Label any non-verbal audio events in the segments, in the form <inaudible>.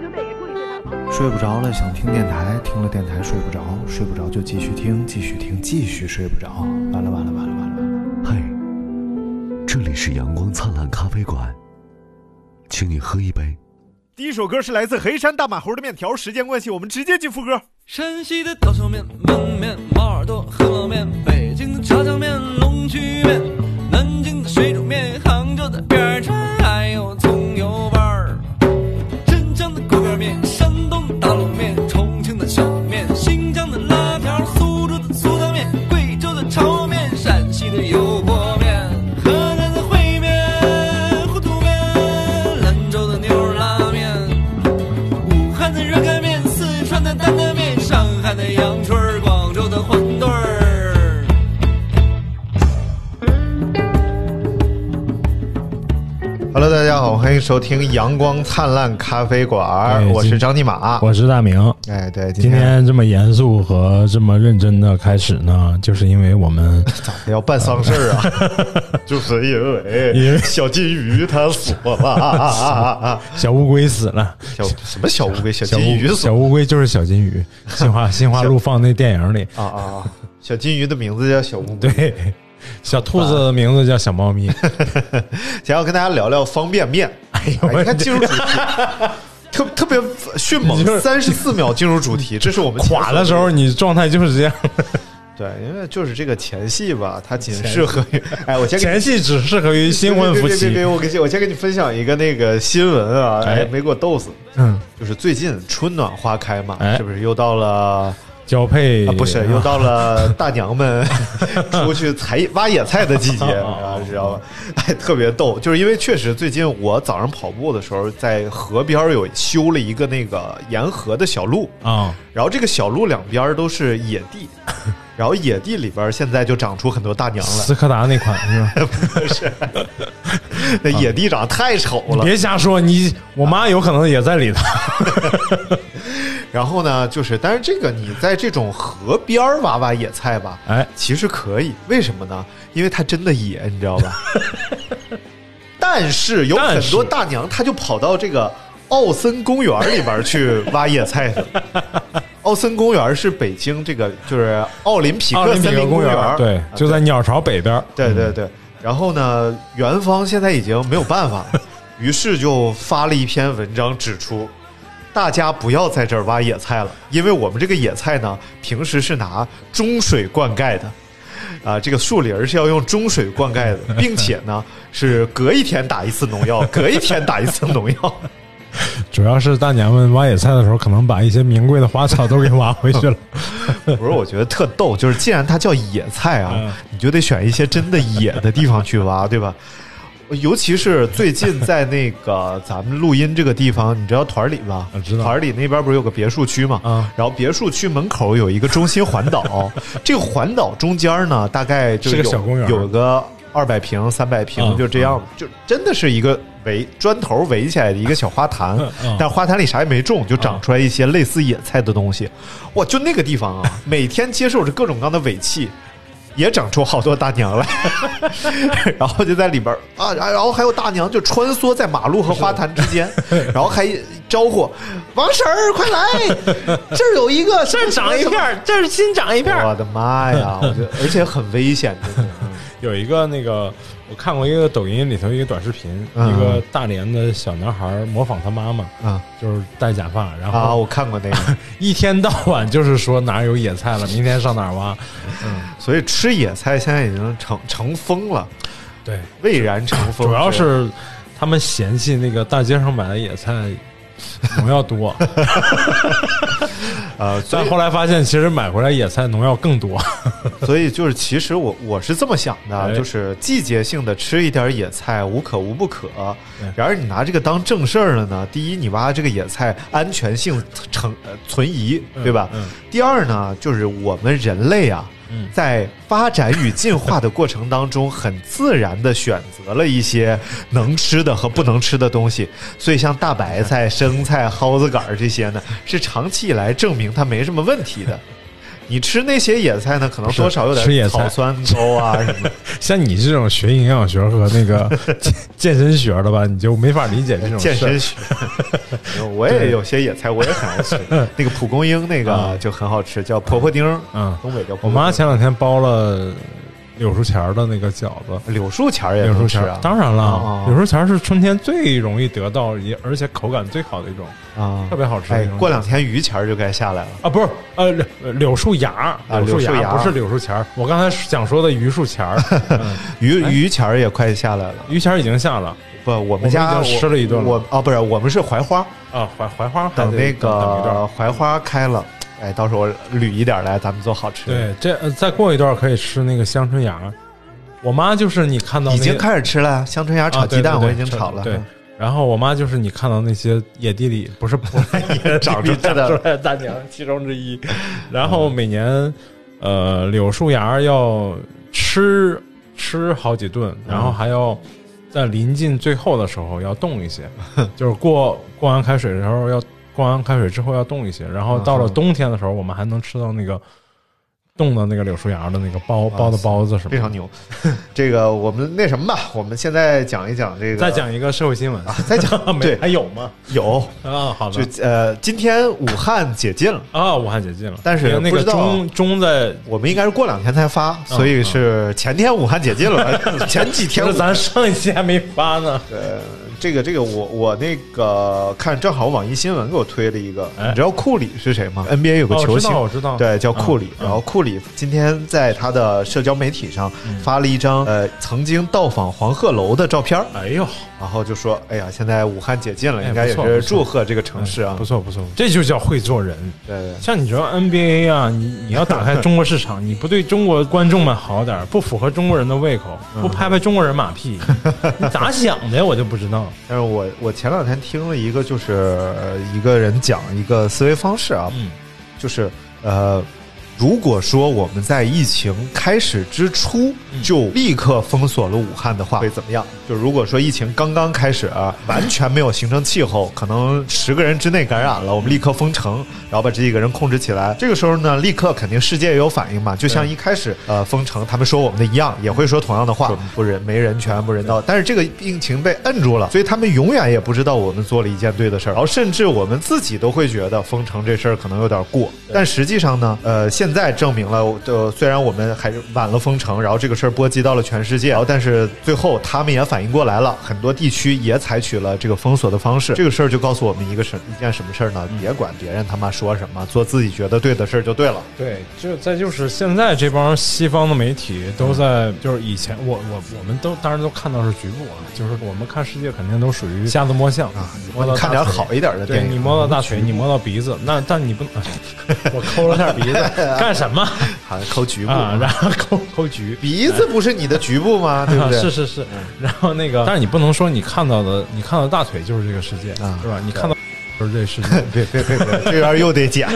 球队也注意这场。睡不着了，想听电台，听了电台睡不着，睡不着就继续听，继续听，继续睡不着，完了完了完了完了完了。嘿，这里是阳光灿烂咖啡馆，请你喝一杯。第一首歌是来自黑山大马猴的面条，时间关系，我们直接进副歌。山西的刀削面、焖面、毛耳朵、河马面，北京的炸酱面、龙须面，南京的水煮面，杭州的边儿川，还有葱油拌儿，镇江的锅盖面，山东的打卤面，重庆的小面，新疆的拉条，苏州的粗汤面，贵州的炒面，陕西的油泼面，河南的烩面、糊涂面，兰州的牛肉拉面。武汉的热干面，四川的担担面，上海的羊春儿，广州的馄饨儿。 Hello，大家好，欢迎收听《阳光灿烂咖啡馆》，哎我是今张尼玛。我是大明。哎，对，今天这么严肃和这么认真的开始呢，就是因为 <laughs> 我们要办丧事儿啊， <laughs> 就是因因为为小金鱼它死了啊啊啊 <laughs> 啊啊！小乌龟死了。小什么小乌龟？小小金鱼乌死小乌龟就是小金鱼，<laughs> 新华新华路放那电影里，啊啊啊！小金鱼的名字叫小乌龟。对，小兔子的名字叫小猫咪。想要跟大家聊聊方便面。哎呦你看进入 <laughs> 主题，特特别迅猛你，就是三十四秒进入主 <laughs> 题，这是我们垮的时候前所未有。你状态就是这样，对，因为就是这个前戏吧，它仅适合于。哎，我先给你前戏只适合于新婚夫别别别别别妻。我给你我先给你分享一个那个新闻啊，哎哎，没给我逗死。嗯，就是最近春暖花开嘛，哎是不是又到了？交配啊，不是，又到了 <laughs> 大娘们出去采挖野菜的季节啊 <laughs> 哦，知道吧？ <laughs> 哎，特别逗，就是因为确实最近我早上跑步的时候，在河边有修了一个那个沿河的小路，啊，然后这个小路两边都是野 <laughs> 地，然后野地里边现在就长出很多大娘斯柯达那款是 <laughs> 吧？来，那野地长得太丑了，别瞎说，啊你我妈有可能也在里头。然后呢，就是，但是这个你在这种河边儿挖挖野菜吧，哎，其实可以，为什么呢？因为它真的野，你知道 <laughs> 吧？但是有很但是多大娘，她就跑到这个奥森公园里边儿去挖野菜去 <laughs> 了。奥森公园是北京这个就是奥林匹奥克林匹森克林公园园儿，对啊，就在鸟巢北边。对对对。然后呢，元芳现在已经没有办法了，于是就发了一篇文章，指出大家不要在这儿挖野菜了，因为我们这个野菜呢，平时是拿中水灌溉的。啊，这个树林儿是要用中水灌溉的，并且呢是隔一天打一次农药，隔一天打一次农药。主要是大娘们挖野菜的时候，可能把一些名贵的花草都给挖回 <laughs> 去了。不是，我觉得特逗，就是既然它叫野菜嗯啊，你就得选一些真的野的地方去挖，对吧？尤其是最近在那个咱们录音这个地方，你知道团儿里吧 <laughs> 我？知道团儿里那边不是有个别墅区嘛？啊然后别墅区门口有一个中心环 <laughs> 岛，这个环岛中间呢，大概就是有个小公园有个二百平、三百平，嗯就这样，就真的是一个围砖头围起来的一个小花坛嗯嗯，但花坛里啥也没种，就长出来一些类似野菜的东西。哇，就那个地方嗯啊，每天接受着各种各样的尾气。也长出好多大娘 <laughs> 来，然后就在里边儿啊，然后还有大娘就穿梭在马路和花坛之 <laughs> 间，然后还招呼王婶儿快来，这儿有一个，这儿长一片，这是新长一我的妈 <laughs> 呀！我觉得而且很危险，真的。有一个那个，我看过一个抖音里头一个短视频，嗯一个大连的小男孩模仿他妈妈，啊就是戴假发，然啊！后我看过那个，一天到晚就是说哪儿有野菜了，明天上哪儿挖。所以吃野菜现在已经成成风了，对，蔚然成风。主要是他们嫌弃那个大街上买的野菜农 <laughs> 药多，呃，所但后来发现其实买回来野菜农药更多。以 <laughs> 所以就是，其实我我是这么想的，哎就是季节性的吃一点野菜无可无不可对。然而你拿这个当正事儿了呢，第一，你挖这个野菜安 <laughs> 全性成呃存疑，对吧？嗯第二呢，就是我们人类啊，在发展与进化的过程当中，很自然的选择了一些能吃的和不能吃的东西。所以像大白菜、生菜、蒿子杆儿这些呢，是长期以来证明它没什么问题的。你吃那些野菜呢，可能多少有吃点野菜草酸高 <laughs> 啊什么的。像你这种学营养学和 <laughs> 那个健健身学的吧，你就没法理解这种事健儿身 <laughs> 学，我也有些野菜，我也很爱吃。 <laughs> 那个蒲公英那个啊就很好吃，叫婆婆丁儿，嗯东北叫婆婆我丁儿。妈前两天包了柳树钱儿的那个饺子，柳树钱儿也柳能树吃钱儿啊，当然啊了，柳树钱儿是春天最容易得到，也而且口感最好的一种啊特别好吃哎那，种过两天榆钱儿就该下来了。啊，不是呃柳柳树芽啊儿，柳柳树芽芽儿不是柳树钱儿，我刚才想说的榆树钱 <laughs> 儿，嗯榆哎榆钱儿也快下来了，榆钱儿已经下了不，我们们家已经我吃了一顿了我啊，不是，我们是槐花，啊，槐槐花还等得那等一段儿个槐花开了，哎，到时候我捋一点儿来，咱们做好吃的。对，这呃再过一段可以吃那个香椿芽儿。我妈就是你看到已那经开始吃了，香椿芽啊炒对鸡蛋对对我已经炒了，对，然后我妈就是你看到那些野地里不是不是野地里长 <laughs> 长出来的出来的大娘其中之一， <laughs> 然后嗯每年呃柳树芽儿要吃吃好几顿，然嗯后还要在临近最后的时候要冻一些， <laughs> 就是过过完开水的时候要过完开水之后要冻一些，然后到了嗯冬天的时候我们还能吃到那个冻的那个柳树芽儿的那个包包的包子什么的，非常牛。这个我们那什么吧，我们现在讲一讲这个，再讲一个社会新闻，啊再讲 <laughs> 没对还有吗？有，啊，好的，就呃，今天武汉解禁了。啊，武汉解禁了，但是因为那不个知道钟钟在，我们应该是过两天才发，嗯所以是前天武汉解禁 <laughs> 了，前几其天实咱上一期还没发呢。呃，这个这个我我那个看正好网易新闻给我推了一个，哎你知道库里是谁吗？NBA 有个哦我球知星，道我知道对，叫库里。嗯然后库里今天在他的社交媒体上嗯发了一张、呃曾经到访黄鹤楼的照片儿，哎呦，然后就说，哎呀，现在武汉解禁了，哎应该也不错是不错祝贺这个城市啊，不错不错，这就叫会做人。对对。像你说 NBA 啊，你你要打开中国市 <laughs> 场，你不对中国观众们好点儿，不符合中国人的胃口，不拍拍中国人马 <laughs> 屁，你咋想的呀？我就不知道。但是我我前两天听了一个，就是呃一个人讲一个思维方式啊，嗯就是呃，如果说我们在疫情开始之初就立刻封锁了武汉的嗯话，会怎么样？就如果说疫情刚刚开始、啊，完全没有形成气候，可能十个人之内感染了，我们立刻封城，然后把这几个人控制起来。这个时候呢，立刻肯定世界也有反应嘛，就像一开始呃封城，他们说我们的一样，也会说同样的话，不人没人权不人道。但是这个疫情被摁住了，所以他们永远也不知道我们做了一件对的事儿，然后甚至我们自己都会觉得封城这事儿可能有点过。但实际上呢，呃，现在证明了，呃，虽然我们还是晚了封城，然后这个事儿波及到了全世界，然后但是最后他们也反应过来了，很多地区也采取了这个封锁的方式。这个事儿就告诉我们一个什一件什么事儿嗯呢？别管别人他妈说什么，做自己觉得对的事儿就对了。对，就再就是现在这帮西方的媒体都在，就是以前我我我们都当然都看到是局部啊，就是我们看世界肯定都属于瞎子摸象啊摸到看大点腿好一点的对电影你摸到大腿，你摸到鼻子，那但你不 <laughs> 能，我抠了点鼻 <laughs> 子干什么还抠局部啊？然后抠抠局，啊鼻子不是你的局部吗？对不 <laughs> 对？是是是，然后那嗯个，但是你不能说你看到的，你看到大腿就是这个世界，啊是吧？你看到就是这世 <laughs> 界，别别别别，这边又得 <laughs> 剪，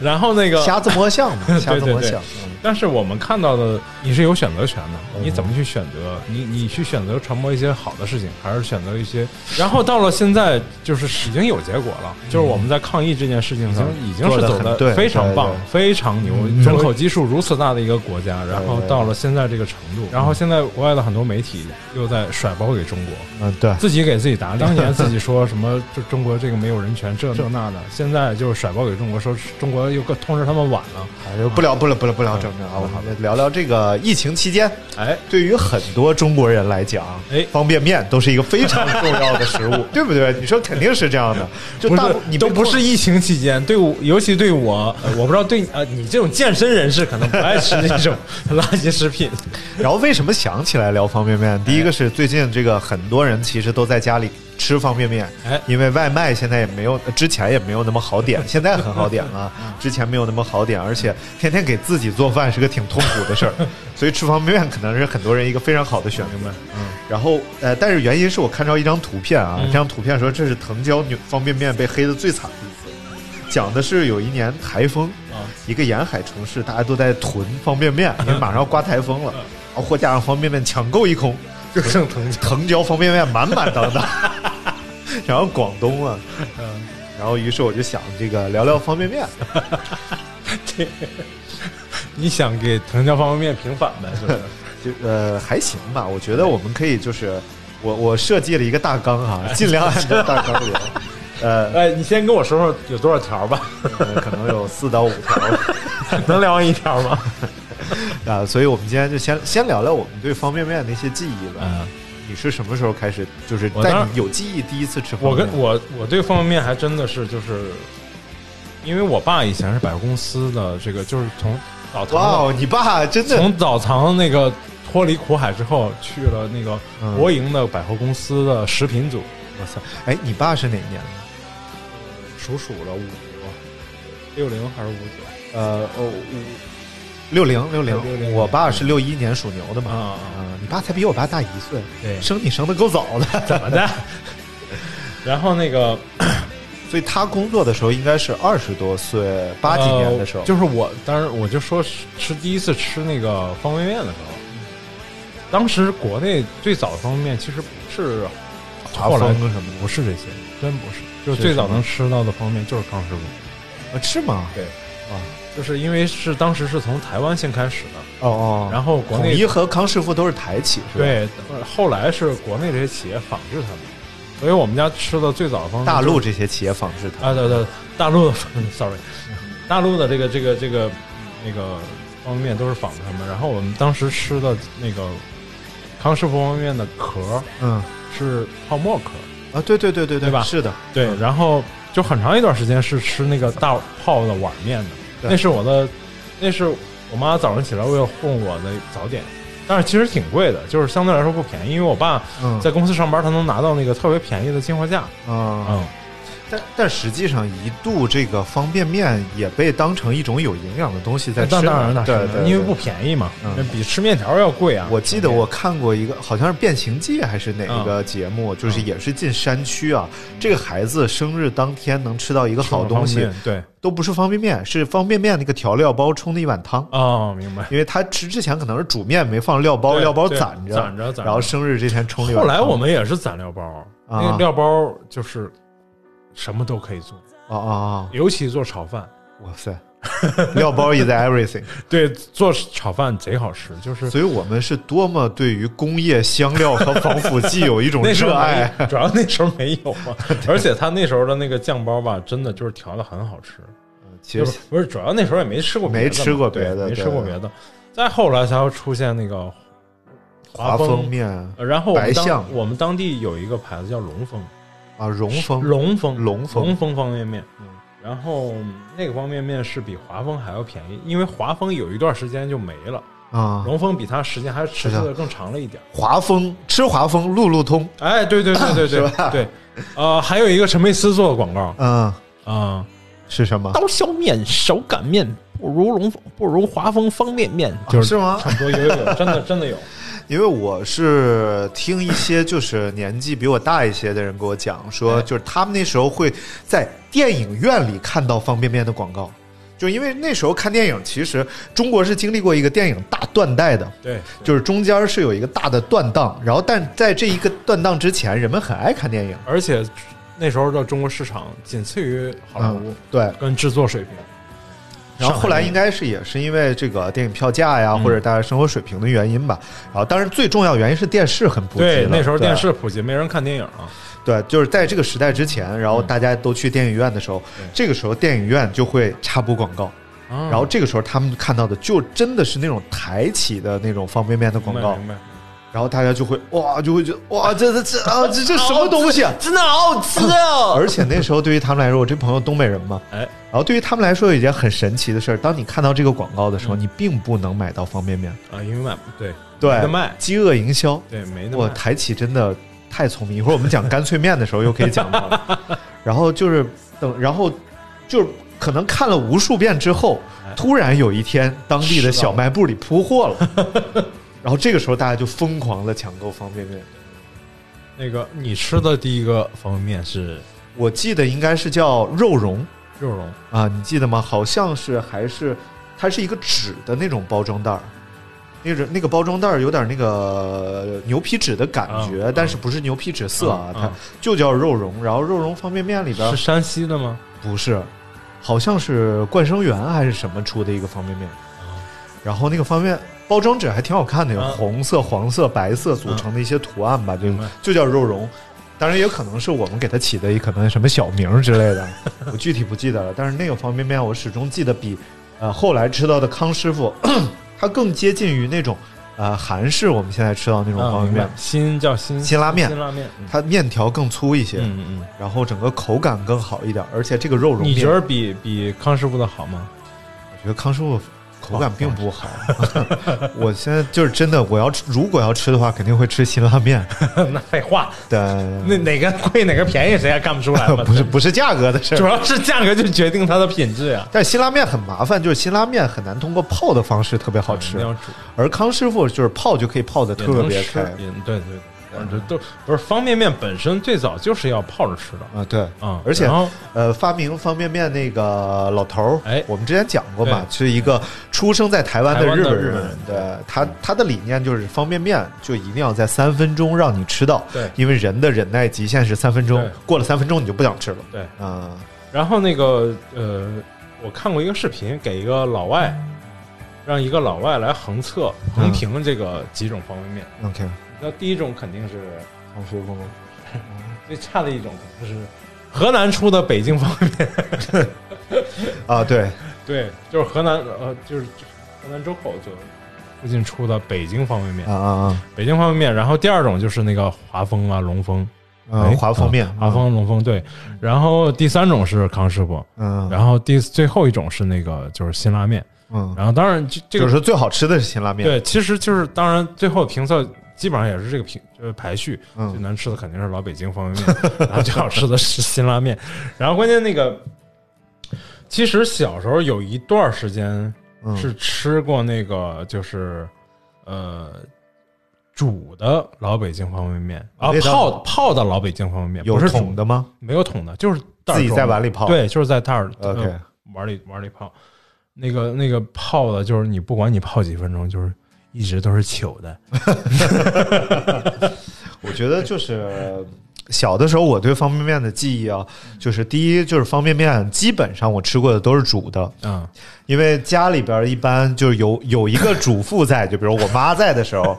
然后那个瞎子摸象嘛，瞎对嗯子对摸对象。但是我们看到的，你是有选择权的，你怎么去选择？你你去选择传播一些好的事情，还是选择一些？然后到了现在，就是已经有结果了，就是我们在抗疫这件事情上嗯已经做是得走很对的非常棒对、非常牛，人口基数如此大的一个国家，然后到了现在这个程度，然后现在国外的很多媒体又在甩包给中国，嗯，对。自己给自己打脸。当 <laughs> 年自己说什么就中国这个没有人权这这那的，现在就是甩包给中国，说中国又通知他们晚了。哎呦不聊不聊不聊不聊政治啊，我们嗯聊聊这个疫情期间，哎，对于很多中国人来讲，哎方便面都是一个非常重要的食 <laughs> 物，对不对？你说肯定是这样的，就不大是部，你都没不空是疫情期间，对我，尤其对我，呃我不知道对呃，你这种健身人士可能不爱吃 <laughs> 那种垃圾食品。然后为什么想起来聊方便面？第一个是最近这个很多人其实都在家里吃方便面，哎因为外卖现在也没有，呃之前也没有那么好点，现在很好点了、之前没有那么好点，而且天天给自己做饭是个挺痛苦的事儿，所以吃方便面可能是很多人一个非常好的选择。嗯，然后呃，但是原因是我看到一张图片啊，这张图片说这是藤椒牛方便面被黑的最惨的一次。讲的是有一年台风，啊一个沿海城市，大家都在囤方便 <laughs> 面，因为马上要刮台风了，然后货架上方便面抢购一空，就剩藤 <laughs> 椒，藤椒方便面满满当 <laughs> 当。然后广东啊，嗯，然后于是我就想这个聊聊方便面，你想给藤椒方便面平反呗？ <laughs> 就是，就呃还行吧，我觉得我们可以就是我我设计了一个大纲啊， <laughs> 尽量按照大纲聊，呃，哎，你先跟我说说有多少条吧， <laughs> 呃可能有四到五条。能聊完一条 <laughs> 吗？啊，所以我们今天就先先聊聊我们对方便面的一些记忆吧。嗯，你是什么时候开始，就是我在当你有记忆第一次吃我方便跟面？我我对方便面还真的是就是，因为我爸以前是百货公司的这个，就是从澡堂哇哦，你爸真的从澡堂那个脱离苦海之后，去了那个嗯国营的百货公司的食品组，哎，你爸是哪一年的？属鼠了五六零还是五九呃，哦，五六零六零， 60我爸是六一年属牛的嘛。啊啊啊，你爸才比我爸大一岁，对生你生的够早的，怎么的？然后那个 <laughs> 所以他工作的时候应该是二十多岁，八几年的时候，呃就是我当时我就说是吃第一次吃那个方便面的时候，当时国内最早的方便面其实不是华后来丰啊什么不是这些，真不是，就是最早什么能吃到的方便面就是康师傅，的，啊，是吗？对，啊，就是因为是当时是从台湾先开始的。哦哦，然后国统内一和康师傅都是台企，是吧？，对，呃后来是国内这些企业仿制他们，所以我们家吃的最早的方式大就是陆这些企业仿制它啊，对对，大陆的 <laughs> ，sorry，大陆的这个这个这个呃那个方便面都是仿他们。然后我们当时吃的那个康师傅方便面的壳嗯是泡沫壳，啊，对对对对对吧是的，对，然后就很长一段时间是吃那个大泡的碗面的，对那是我的，那是我妈早上起来为了混我的早点。但是其实挺贵的，就是相对来说不便宜，因为我爸嗯在公司上班，他能拿到那个特别便宜的进货价。啊，嗯，但但实际上一度这个方便面也被当成一种有营养的东西在吃那呢，当然了，对是的对，因为不对。便宜嘛嗯，那比吃面条要贵啊。我记得我看过一个，好像是《变形记》还是哪一嗯个节目，就是也是进山区啊。这个孩子生日当天能吃到一个好东吃西碗，方便面都不是方便面，是方便面那个调料包冲的一碗汤。对，哦，明白。因为他吃之前可能是煮面没放料包，对料包对攒着，攒着攒着然后生日这天冲了一碗后来汤我们也是攒料包，啊那个料包就是什么都可以做，啊啊啊！尤其做炒饭。哇塞， <laughs> 料包 is everything。对，做炒饭贼好吃，就是所以我们是多么对于工业香料和防腐剂有一 <laughs> 种那时候热爱没，主要那时候没有 <laughs> 嘛。而且他那时候的那个酱包吧，真的就是调的很好吃。其就实是不是主要那时候也没吃过别的嘛，没吃过对别的没吃对过别的。再后来才会出现那个华丰丰面啊呃然后我们白象当我们当地有一个牌子叫龙峰，啊，荣丰龙峰龙丰龙峰方便面嗯。然后那个方便面是比华丰还要便宜，因为华丰有一段时间就没了，啊，龙丰比它时间还持续的更长了一点。华丰吃华丰路路通，哎，对对对对是吧对对，呃，还有一个陈佩斯做的广告嗯，啊，是什 <laughs> 么？刀削面、手擀面不如龙不如华丰方便面。就是是吗差不多有有有，真的真的 <laughs> 有。 <laughs> 因为我是听一些就是年纪比我大一些的人给我讲说，就是他们那时候会在电影院里看到方便面的广告，就因为那时候看电影，其实中国是经历过一个电影大断代的，对，就是中间是有一个大的断档，然后但在这一个断档之前，人们很爱看电影。而且那时候的中国市场仅次于好莱坞嗯，对，跟制作水平。然后后来应该是也是因为这个电影票价呀，或者大家生活水平的原因吧。然后当然最重要原因是电视很普及了，嗯对那时候对电视普及，没人看电影啊了。对，就是在这个时代之前，然后大家都去电影院的时候，这个时候电影院就会插播广告，然然后这个时候他们看到的就真的是那种台企的那种方便面的广告，明白。明白然后大家就会哇，就会觉得哇，这这这啊，这这什么东西啊！真的好好吃哦！ <laughs> 而且那时候对于他们来说，我这朋友东北人嘛，哎然后对于他们来说有一件很神奇的事儿，当你看到这个广告的时候，你并不能买到方便面，啊，因为卖对对没得卖，饥饿营销，对没那哇，么台企真的太聪明，一会儿我们讲干脆面的时候又可以讲到了。然后就是等，然后就是可能看了无数遍之后，突然有一天当地的小卖部里铺货了，然后这个时候大家就疯狂的抢购方便面。那个你吃的第一个方便面是我记得应该是叫肉蓉，肉蓉，啊，你记得吗？好像是还是它是一个纸的那种包装袋儿，那个那个包装袋儿有点那个牛皮纸的感觉，嗯嗯但是不是牛皮纸色啊？嗯嗯它就叫肉蓉。然后肉蓉方便面里边是山西的吗？不是，好像是冠生园还是什么出的一个方便面，然后那个方便包装纸还挺好看的，有嗯红色、黄色、白色组成的一些图案吧，明白就就叫肉蓉。当然也可能是我们给它起的一可能什么小名儿之类 <laughs> 的，我具体不记得了。但是那个方便面我始终记得比呃后来吃到的康师傅， <clears throat> 它更接近于那种呃韩式我们现在吃到的那种啊，方便明面白，，新叫新辛拉面辛拉面，嗯它面条更粗一些，嗯嗯然后整个口感更好一点，而且这个肉蓉嗯，面你觉得比比康师傅的好吗？我觉得康师傅口感并不好。 <laughs> 我现在就是真的，我要吃，如果要吃的话，肯定会吃辛拉面。 <laughs> 那废话， <laughs> 但那哪个贵哪个便宜，谁还干 <laughs> 不出来吗？不是不是价格的事主儿。要是价格就决定它的品质呀。但是辛拉面很麻烦，就是辛拉面很难通过泡的方式特别好吃嗯一定，要煮而康师傅就是泡就可以泡的也特能别吃开也对对对，这都不是方便面本身最早就是要泡着吃的啊，对啊，而且然后呃，发明方便面那个老头儿，哎我们之前讲过嘛，对是一个出生在台湾的台湾日的本日人，本人对他他的理念就是方便面就一定要在三分钟让你吃到，对因为人的忍耐极限是三分钟对，过了三分钟你就不想吃了，对啊、然后那个呃，我看过一个视频，给一个老外，嗯让一个老外来横测横评这个几种方便面。 o k 那第一种肯定是康师傅吗？最差的一种，肯定是河南出的北京方便面。啊， <laughs> 对，对，就是河南呃，就是河南周口就附近出的北京方便面。啊啊啊北京方便面，然后第二种就是那个华丰啊、龙丰，嗯，哎华丰面啊，华丰、龙丰对。然后第三种是康师傅，嗯，嗯然后第最后一种是那个就是辛拉面。嗯，然后当然这这就个是说最好吃的是辛拉面，对，其实就是当然最后评测基本上也是这个评就是排序，嗯最难吃的肯定是老北京方便面， <laughs> 然后最好吃的是辛拉面， <laughs> 然后关键那个。其实小时候有一段时间嗯，是吃过那个，就是、呃煮的老北京方便面啊，味道泡泡的老北京方便面，有不是桶煮的，吗？没有桶的，就是袋儿自己装在的碗里泡对，就是在袋儿 OK 呃碗里碗里泡。那个那个泡的，就是你不管你泡几分钟，就是一直都是糗 <laughs> 的。我觉得就是小的时候我对方便面的记忆啊，就是第一就是方便面基本上我吃过的都是煮的，嗯，因为家里边一般就是有有一个主妇在，就比如我妈在的时候，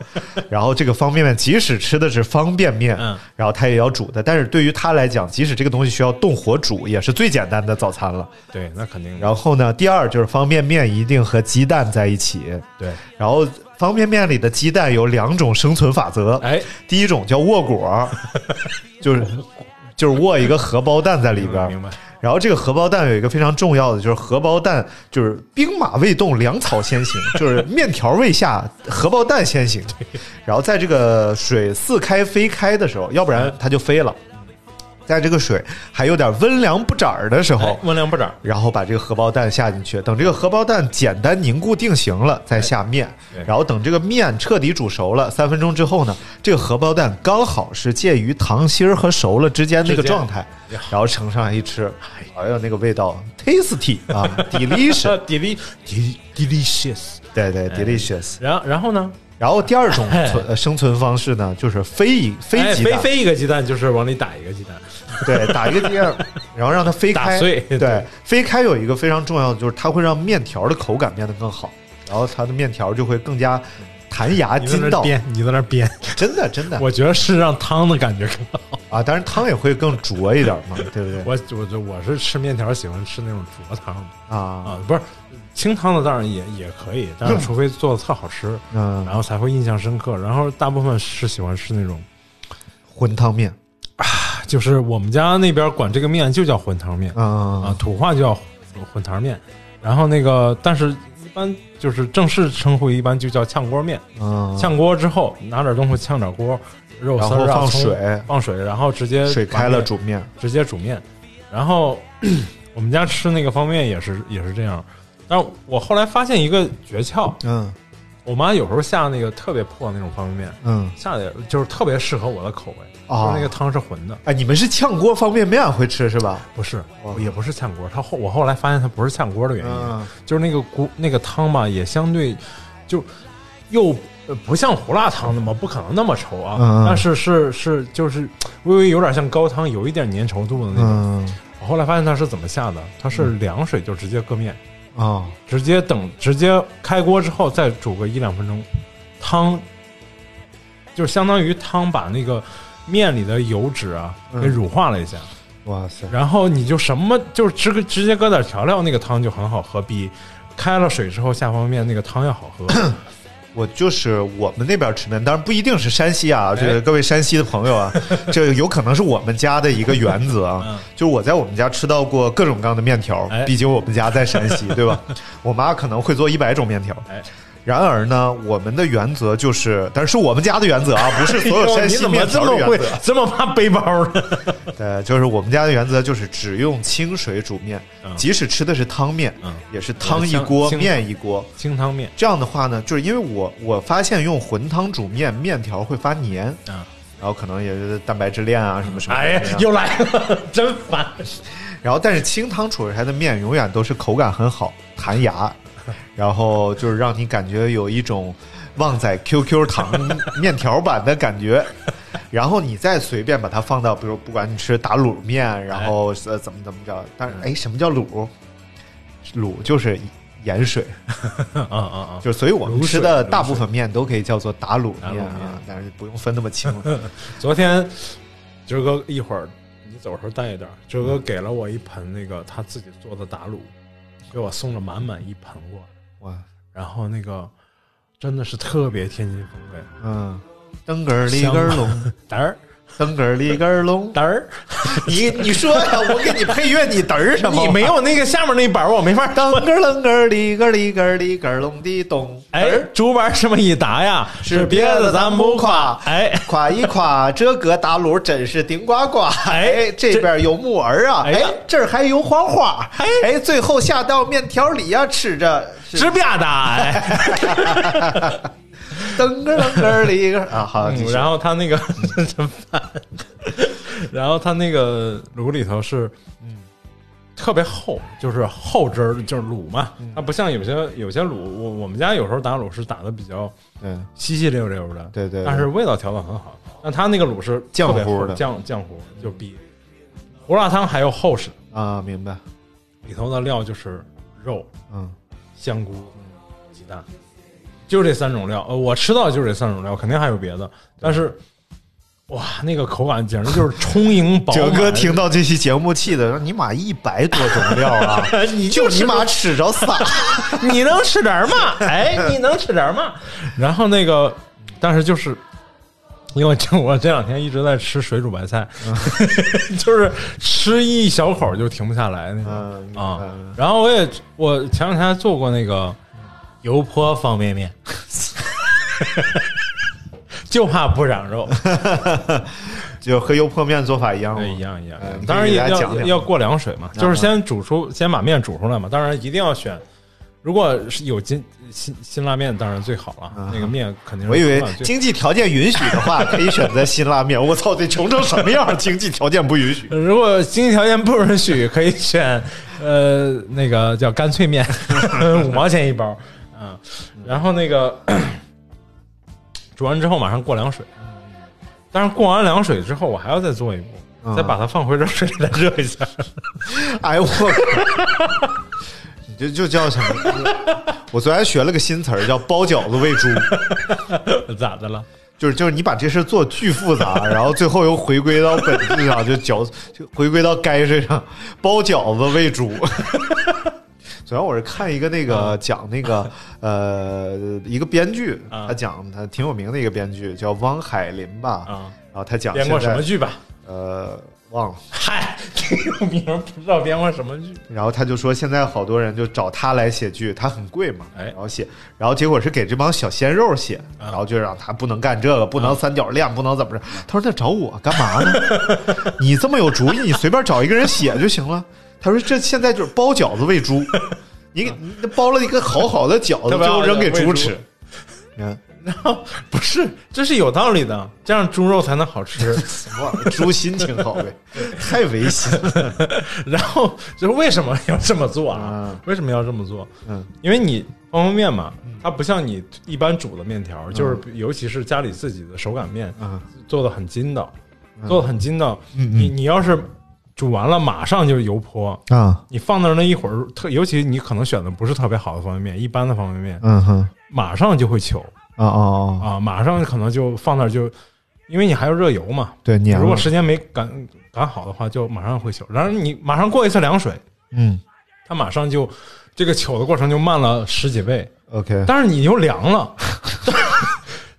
然后这个方便面即使吃的是方便面，嗯然后她也要煮的，但是对于她来讲，即使这个东西需要动火煮，也是最简单的早餐了。对，那肯定。然后呢，第二就是方便面一定和鸡蛋在一起，对，然后方便面里的鸡蛋有两种生存法则，哎，第一种叫握果 <laughs> 儿，就是就是握一个荷包蛋在里边明儿。白？然后这个荷包蛋有一个非常重要的，就是荷包蛋就是兵马未动，粮草先 <laughs> 行，就是面条未下，荷包蛋先行。然后在这个水似开非开的时候，要不然它就飞了。在这个水还有点温凉不涨儿的时候哎，温良不长，然后把这个荷包蛋下进去，等这个荷包蛋简单凝固定型了，再下面对，然后等这个面彻底煮熟了，三分钟之后呢，这个荷包蛋刚好是介于糖心儿和熟了之间那个之间哎状态，然后盛上来一吃，哎呦那个味道，tasty <laughs> 啊，delicious， deli del- delicious。对对，delicious。哎然后然后呢？然后第二种存 <laughs> 呃生存方式呢，就是飞一飞哎鸡飞蛋，飞一个鸡蛋就是往里打一个鸡蛋， <laughs> 对，打一个结，然后让它飞打开。碎对对，飞开有一个非常重要的，就是它会让面条的口感变得更好，然后它的面条就会更加弹牙你在筋那儿道。编，你在那儿编。真的， <laughs> 真的我觉得是让汤的感觉更好。啊！当然汤也会更浊一点嘛，对不对？我我我是吃面条喜欢吃那种浊汤的。啊，啊，不是清汤的当然也也可以，但是除非做的特好吃，嗯然后才会印象深刻。然后大部分是喜欢吃那种，混汤面就是我们家那边管这个面就叫混汤面啊啊，，土话就叫混汤面。然后那个，但是一般就是正式称呼一般就叫炝锅面。嗯，炝锅之后拿点东西炝点锅，肉丝儿然啊后放葱水放水，然后直接水把开了面煮面直接煮面。然后 <clears throat> 我们家吃那个方便面也是也是这样，但我后来发现一个诀窍，嗯我妈有时候下那个特别破那种方便面，嗯，下的就是特别适合我的口味，啊就是那个汤是浑的，哎，你们是炝锅方便面会吃是吧？不是，也不是炝锅。它后我后来发现它不是炝锅的原因，哦嗯就是那个锅那个汤吧，也相对就又呃不像胡辣汤那么不可能那么稠啊，嗯嗯但是是是就是微微有点像高汤，有一点粘稠度的那种。嗯我后来发现它是怎么下的，它是凉水就直接搁面，啊直接等直接开锅之后再煮个一两分钟，汤就相当于汤把那个面里的油脂啊给乳化了一下，哇塞，然后你就什么就是直直接搁点调料，那个汤就很好喝，比开了水之后下方便面那个汤要好 <clears throat> 喝。我就是我们那边吃面，当然不一定是山西啊，这哎个各位山西的朋友 <laughs> 啊，这有可能是我们家的一个原则啊嗯，就是我在我们家吃到过各种各样的面条，哎毕竟我们家在山 <laughs> 西，对吧？我妈可能会做一百种面条哎，然而呢，我们的原则就是，但是我们家的原则啊，不是所有哎呦山你西怎么面这条的么原会则， <laughs> 这么怕背包呢？ <laughs> 对，就是我们家的原则就是只用清水煮面，嗯即使吃的是汤面，嗯也是汤一锅清面一锅。清汤面这样的话呢，就是因为我我发现用混汤煮面，面条会发黏，啊，然后可能也是蛋白质链啊什么什么的。哎呀这样又来了， <laughs> 真烦。然后但是清汤煮出来的面永远都是口感很好，弹 <laughs> 牙，然后就是让你感觉有一种旺仔 QQ 糖面条版的感觉。然后你再随便把它放到，比如不管你吃打卤面，然后呃怎么怎么着，但是哎，什么叫卤？卤就是盐水，嗯嗯嗯，就所以我们卤水吃的卤大部水分面都可以叫做打卤打卤面面啊，但是不用分那么清 <laughs> 了。昨天哲哥一会儿你走的时候带一点儿，哲哥给了我一盆那个他自己做的打卤，给我送了满满一盆过来，哇，然后那个真的是特别天津风味， <laughs> 嗯，噔个儿里个儿隆，嘚儿噔个儿里个儿隆，嘚儿，你你说呀，我给你配乐，你嘚儿什么？ <laughs> 你 <laughs> 没有那个下面那板儿，我没法噔个楞个里个里个里个隆的咚， <laughs> 哎，竹板这么一打呀，是别别的的咱咱不不夸夸，哎夸一夸这个打卤真是顶呱呱，哎哎，这边有木耳啊，哎呀哎，这儿还有黄花哎，哎，最后下到面条里呀，吃着直吧嗒哎。噔个楞个里个啊，好，继嗯续然后他那 <laughs> 个真烦，然后他那个卤里头是嗯特别厚，就是厚汁儿，就是卤嘛，它不像有些有些卤，我我们家有时候打卤是打的比较嗯，稀稀溜溜的，对对对但是味道调的很好。但他那个卤是酱特别糊厚的酱酱糊就比胡辣汤还要厚实，啊，明白，里头的料就是肉、嗯，香菇、鸡蛋，就这三种料。呃，我吃到就这三种料，肯定还有别的，但是哇，那个口感简直就是充盈饱满。哲哥听到这期节目气的，你妈一百多种料啊， <laughs> 你就就是你妈吃着 <laughs> 仨，你能吃点儿吗？哎，你能吃点儿吗？然后那个，但是就是。因为这我这两天一直在吃水煮白菜， <laughs> 就是吃一小口就停不下来那种嗯明白啊、然后我也我前两天还做过那个油泼方便面， <laughs> 就怕不长肉，哦就和油泼面做法一样吗哎对，一样一样嗯。当然也给大家要讲啊讲要过凉水嘛，就是先煮出，先把面煮出来嘛。当然一定要选，如果是有金辛辛拉面，当然最好了。那个面肯定啊是我以为口感最经济条件允许的话，可以选择辛拉面。我操，得穷成什么样？经济条件不允 <laughs> 许。如果经济条件不允许，可以选呃那个叫干脆面，五毛钱一包，嗯，然后那个煮完之后马上过凉水，但是过完凉水之后，我还要再做一步，再把它放回热水里再热一下。 <laughs> 哎我，你这就叫什么？我昨天学了个新词儿，叫包饺子喂猪。咋的了？就是就是你把这事儿做巨复杂，然后最后又回归到本质上，就饺就回归到该身上，包饺子喂猪。 <laughs> 主要我是看一个那个讲那个呃一个编剧，啊他讲他挺有名的一个编剧叫汪海林吧，啊然后他讲编过现在什么？剧吧？呃，忘了。嗨，挺有名，不知道编过什么剧。然后他就说，现在好多人就找他来写剧，他很贵嘛，哎啊然后写，然后结果是给这帮小鲜肉写，然后就让他不能干这个，不能三角恋，不能怎么着。他说那找我干嘛呢？ <laughs> 你这么有主意，你随便找一个人写就行了。他说这现在就是 <laughs> 包饺子喂猪，你你包了一个好好的饺特子，别最好后扔给喂猪猪吃。嗯， <laughs> 然后不是，这是有道理的，这样猪肉才能好吃。什么玩意儿？猪心挺好 <laughs> 呗，太违心了。然后就是为什么要这么做啊啊？为什么要这么做？嗯，因为你方便面嘛，它不像你一般煮的面嗯条，就是尤其是家里自己的手擀面啊，做的很筋道，做的很筋道。嗯你你要是煮完了马上就油泼，啊，你放那儿那一会儿，特尤其你可能选的不是特别好的方便面，一般的方便面，嗯哼，马上就会糗啊啊啊，啊，马上可能就放那儿就，因为你还要热油嘛。对，你如果时间没赶赶好的话，就马上会糗。然后你马上过一次凉水，嗯它马上就这个糗的过程就慢了十几倍， ，OK，但是你又凉了。 <laughs>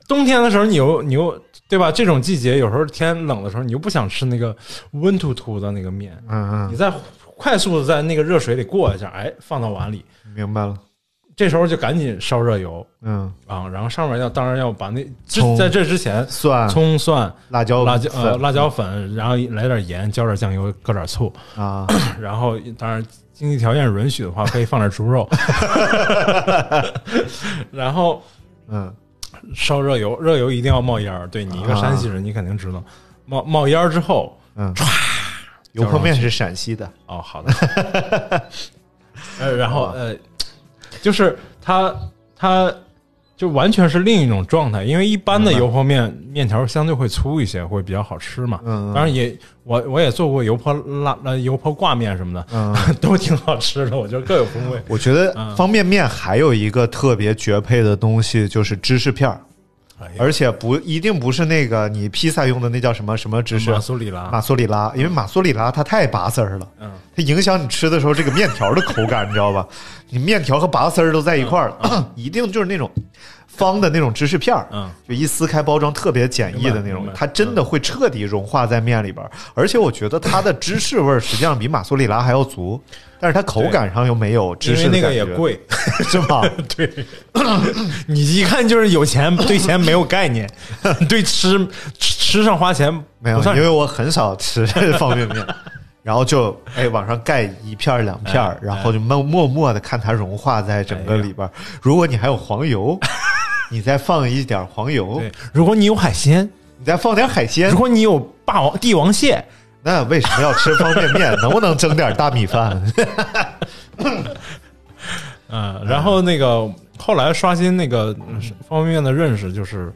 冬天的时候，你又你又对吧？这种季节有时候天冷的时候，你又不想吃那个温突突的那个面，嗯你再快速的在那个热水里过一下，哎，放到碗里，嗯，明白了，这时候就赶紧烧热油嗯，啊，然后上面要当然要把那之葱在这之前，蒜、葱蒜、辣椒、辣椒呃粉辣椒粉，然后来点盐，浇点酱油，搁点醋， <clears throat> 啊，然后当然经济条件允许的话，可以放点猪肉， <laughs> 然后嗯烧热油，热油一定要冒烟儿。对你一个山西人，你肯定知道，冒冒烟儿之后，嗯，油泼面是陕西的，哦，好的， <laughs> 呃，然后呃，就是它它就完全是另一种状态，因为一般的明白油泼面面条相对会粗一些，会比较好吃嘛。嗯嗯当然也我我也做过油泼辣呃油泼挂面什么的，嗯， <laughs> 都挺好吃的，我觉得各有风味。我觉嗯得方便面还有一个特别绝配的东西就是芝士片儿，哎呀而且不一定不是那个你披萨用的那叫什么什么芝士马苏里拉马苏里拉，因为马苏里拉它太拔丝儿了，啊嗯，它影响你吃的时候这个面条的口感，你知道吧？ <laughs> 你面条和拔丝儿都在一块儿了， <clears throat> 一定就是那种方的那种芝士片儿，嗯，就一撕开包装特别简易的那种明白明白，它真的会彻底融化在面里边儿，而且我觉得它的芝士味儿实际上比马苏里拉还要足，但是它口感上又没有芝因士为的那个感也觉，贵， <laughs> <laughs> 是吧？对，你一看就是有钱，对钱没有概念， <laughs> 对吃吃吃上花钱没有不，算因为我很少吃方便 <laughs> 面，然后就哎往上盖一片儿两片哎儿，然后就默默默的看它融化在整个里边儿。哎如果你还有黄 <laughs> 油，你再放一点黄油，对，如果你有海鲜，你再放点海鲜如，果你有霸王帝王蟹，那为什么要吃方便 <laughs> 面？能不能蒸点大米饭？嗯、然后那个后来刷新那个嗯方便面的认识，就是，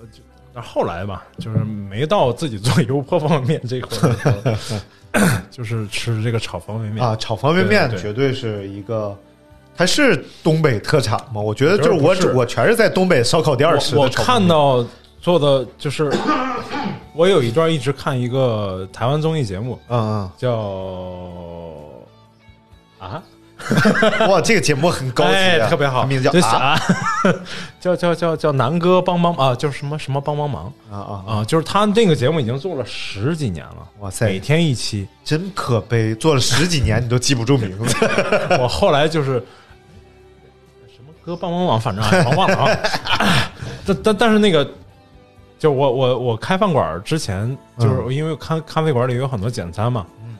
呃就但后来吧，就是没到自己做油泼方便面这块儿的时 <laughs> 候，就是吃这个炒方便面啊，炒方便面对对绝对是一个。它是东北特产吗？我觉得就是我我觉得不是我全是在东北烧烤店儿吃的我我炒方看便面。到做的就是，我有一段一直看一个呃台湾综艺节目，嗯叫啊，嗯，哇，这个节目很高级哎啊，特别好，它名字就是叫啊， <laughs> 叫叫叫叫南哥帮帮啊，就是什么什么帮帮忙啊啊啊！啊，就是他这个节目已经做了十几年了，哇塞，每天一期。 <laughs> 真可悲，做了十几年你都记不住名字。我后来就是什么哥帮帮忙，反正哎我忘了啊。 <laughs> 但但但是那个，就我我我开饭馆之前，嗯就是因为咖咖啡馆里有很多简餐嘛，嗯，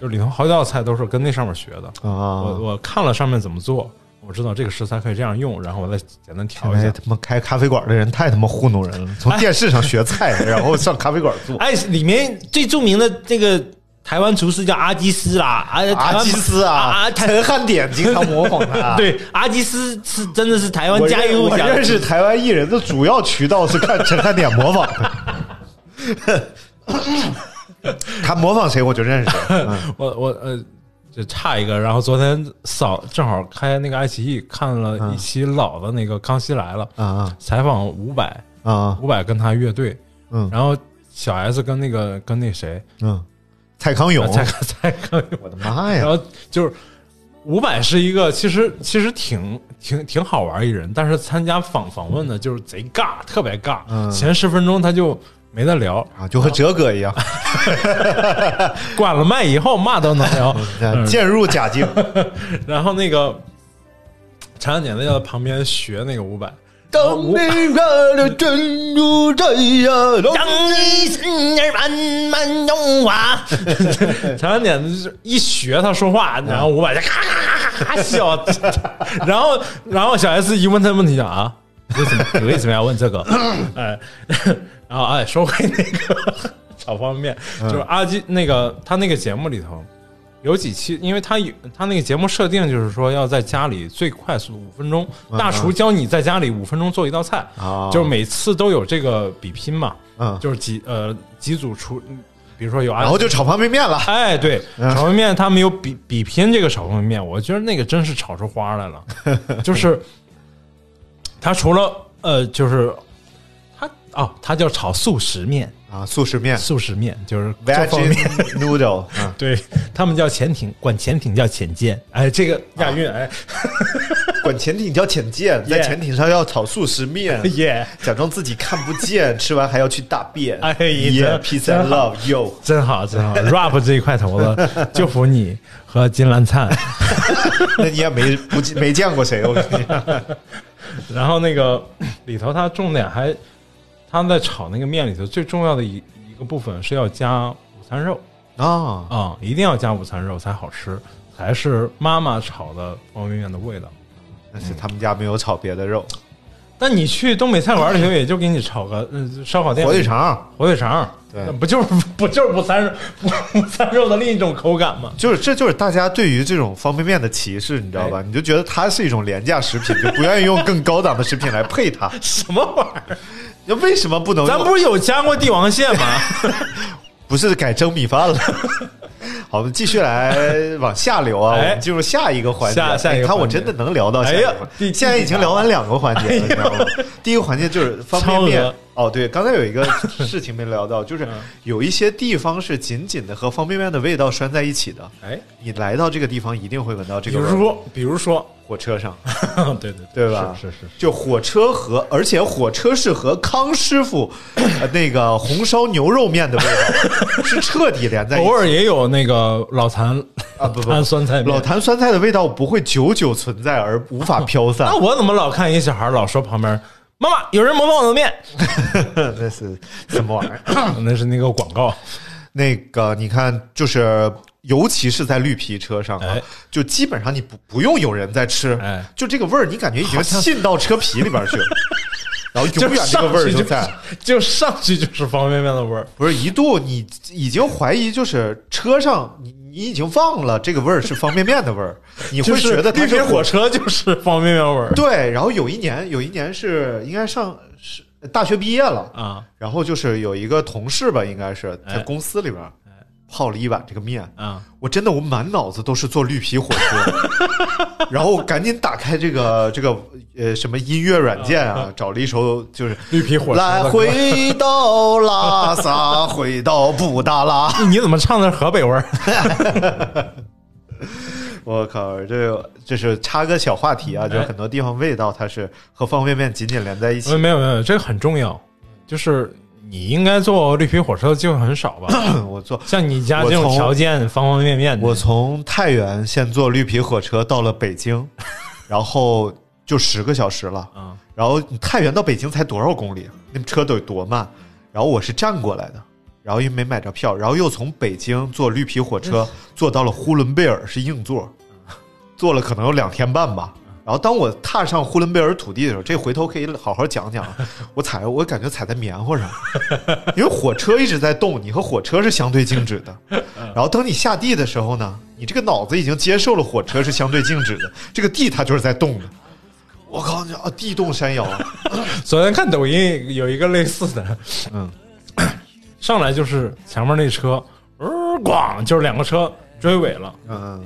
就里头好几道菜都是跟那上面学的。<laughs> 我啊！我看了上面怎么做，我知道这个食材可以这样用，然后我再简单调现一在下。他妈开咖啡馆的人太他妈糊弄人了，从电视上学 <laughs> 菜，然后上咖啡馆做。哎，里面最著名的这个台湾厨师叫阿基斯啦，阿台阿湾基斯啊啊，啊陈汉典经常模仿 <laughs> 他。， <laughs> 对阿基斯是真的是台湾我家认喻户我晓的认识台湾艺人的主要渠道是看陈汉典模仿 <laughs> 的。他模仿谁我就认识谁。嗯我我呃，就差一个。然后昨天扫正好开那个爱奇艺看嗯了一期老的那个《康熙来了》啊采访伍佰，啊啊！伍佰跟他乐队，嗯然后小 S 跟那个跟那谁嗯，啊蔡康永，蔡康蔡康永，我的妈呀然！后就是。伍佰是一个其实其实挺挺挺好玩一人，但是参加访访问的就是贼尬，特别尬。嗯前十分钟他就没得聊，啊，就和哲哥一样，。关了麦以后嘛都能聊啊渐入佳境。然后那个陈安典在旁边学那个伍佰，当你看了珍珠在呀，当一生儿慢慢啊融 <laughs> 化。陈安典就是一学他说话，然后伍 <laughs> 佰就咔咔咔咔咔笑，然后然后小 S 一问他问题啊，为什么你为什么要问这 <laughs> 个？哎，然后哎，说回那个 <laughs> 炒方便面，就是阿基那个他那个节目里头有几期，因为他有他那个节目设定就是说要在家里最快速五分钟，大厨教你在家里五分钟做一道菜，啊就是每次都有这个比拼嘛，嗯就是几呃几组厨，比如说有阿基，然后就嗯炒方便面了。哎，对，炒烩面他们有比比拼这个炒烩面，我觉得那个真是炒出花 <laughs> 来了。就是他除了呃，就是他哦，他叫炒速食面，啊，速食面速食面就是做方便，veggie 面。 noodle <laughs> 啊，对他们叫潜艇，管潜艇叫潜舰。哎，这个亚运，哎，管潜艇叫潜舰，在 Yeah 潜艇上要炒速食面 <laughs> Yeah 假装自己看不见，吃完还要去大便。 <laughs> 哎耶真，peace 真 and 好 love <laughs> yo，真好，真 <laughs> 好，rap 这一块头子，就服你和金兰灿。那你也没不记没见过谁，我跟你讲然后那个 <clears throat> 里头，它重点还，他在炒那个面里头最重要的一一个部分是要加午餐肉啊啊、一定要加午餐肉才好吃，才是妈妈炒的方便面的味道。但是他们家没有炒别的肉，但你去东北菜馆里头，也就给你炒个嗯烧烤店火腿、肠火腿肠，对那不就是 <laughs> 不就是午餐肉午餐肉的另一种口感吗？ <laughs> 就是这就是大家对于这种方便面的歧视，你知道吧？哎你就觉得它是一种廉价食品，就不愿意用更高档的食品来配 <laughs> 它。什么玩意儿？那为什么不能用？咱不是有加过帝王蟹吗？ <laughs> 不是改蒸米饭了。 <laughs> 好，我们继续来往下流啊，哎我们进入下一个环节。下下一个哎你看，我环节真的能聊到下一哎个呀环第哎节。现在已经聊完两个环节了，你知道吗？第一个环节就是方便超面额。嗯哦，对，刚才有一个事情没聊 <laughs> 到，就是有一些地方是紧紧的和方便面的味道拴在一起的。哎，你来到这个地方，一定会闻到这比个味如儿。说，比如说， <laughs> 火车上，对对对吧？是是是，就火车和，而且火车是和康师 <coughs> 傅、呃那个红烧牛肉面的味 <coughs> 道是彻底连在一起的。偶尔也有那个老坛啊 <laughs> 不不老坛酸菜面老。坛酸菜的味道不会久久存在而无法飘散那。我怎么老看一小孩老说旁边妈妈有人模仿我的面？ <laughs> <laughs> 那是什么玩意儿？那是那个广告。那个你看，就是尤其是在绿皮车上啊哎，就基本上你不不用有人在吃哎，就这个味儿，你感觉已经沁到车皮里边 <laughs> 去了，然后永远这个味儿就在。就上去就是方便面的味儿。不是一度你已经怀疑，就是车上你你已经忘了这个味儿是方便面的味 <laughs> 儿，你会就是觉得它绿皮是火车就是方便面味儿对，然后有一年，有一年是应该上是大学毕业了，啊然后就是有一个同事吧，应该是在哎公司里边儿泡了一碗这个面，啊！我真的我满脑子都是做绿皮火车， <laughs> 然后我赶紧打开这个这个呃什么音乐软件啊，找了一首就是绿皮火车来的歌回到拉萨，回到布达拉。 <laughs> 你怎么唱的是河北味儿？ <laughs> 我靠，这这是插个小话题啊，就哎很多地方味道它是和方便面紧紧连在一起。呃没有没有，这个很重要。就是你应该坐绿皮火车的机会很少吧？ <laughs> <clears throat> 我做像你家这我种从条件，方方面面的，我从太原先坐绿皮火车到了北 <laughs> 京，然后就十个小时了。啊然后太原到北京才多少公里？那车得多慢？然后我是站过来的，然后又没买着票，然后又从北京坐绿皮火嗯车坐到了呼伦贝尔，是硬座，坐了可能有两天半吧。然后当我踏上呼伦贝尔土地的时候，这回头可以好好讲 <laughs> 讲。我踩，我感觉踩在棉花上，因为火车一直在动，你和火车是相对静止的。然后等你下地的时候呢，你这个脑子已经接受了火车是相对静止的，这个地它就是在动的。我靠，你啊，地动山摇，啊昨天看抖音有一个类似的，嗯， <coughs> 上来就是前面那车，呃，咣，就是两个车追尾了，嗯，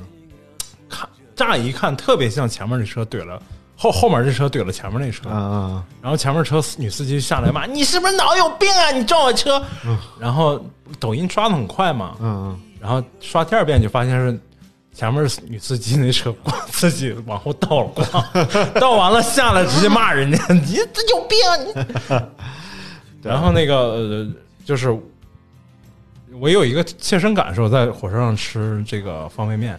看乍一看特别像前面那车怼了后后面这车怼了前面那车，啊，然后前面车女司机下来骂你是不是脑有病啊，你撞我车，然后抖音刷的很快嘛，嗯，然后刷第二遍就发现是前面是女司机那车咣自己往后倒了，咣倒完了下来直接骂人家，你这有病啊你。然后那个呃，就是我有一个切身感受，在火车上吃这个方便面，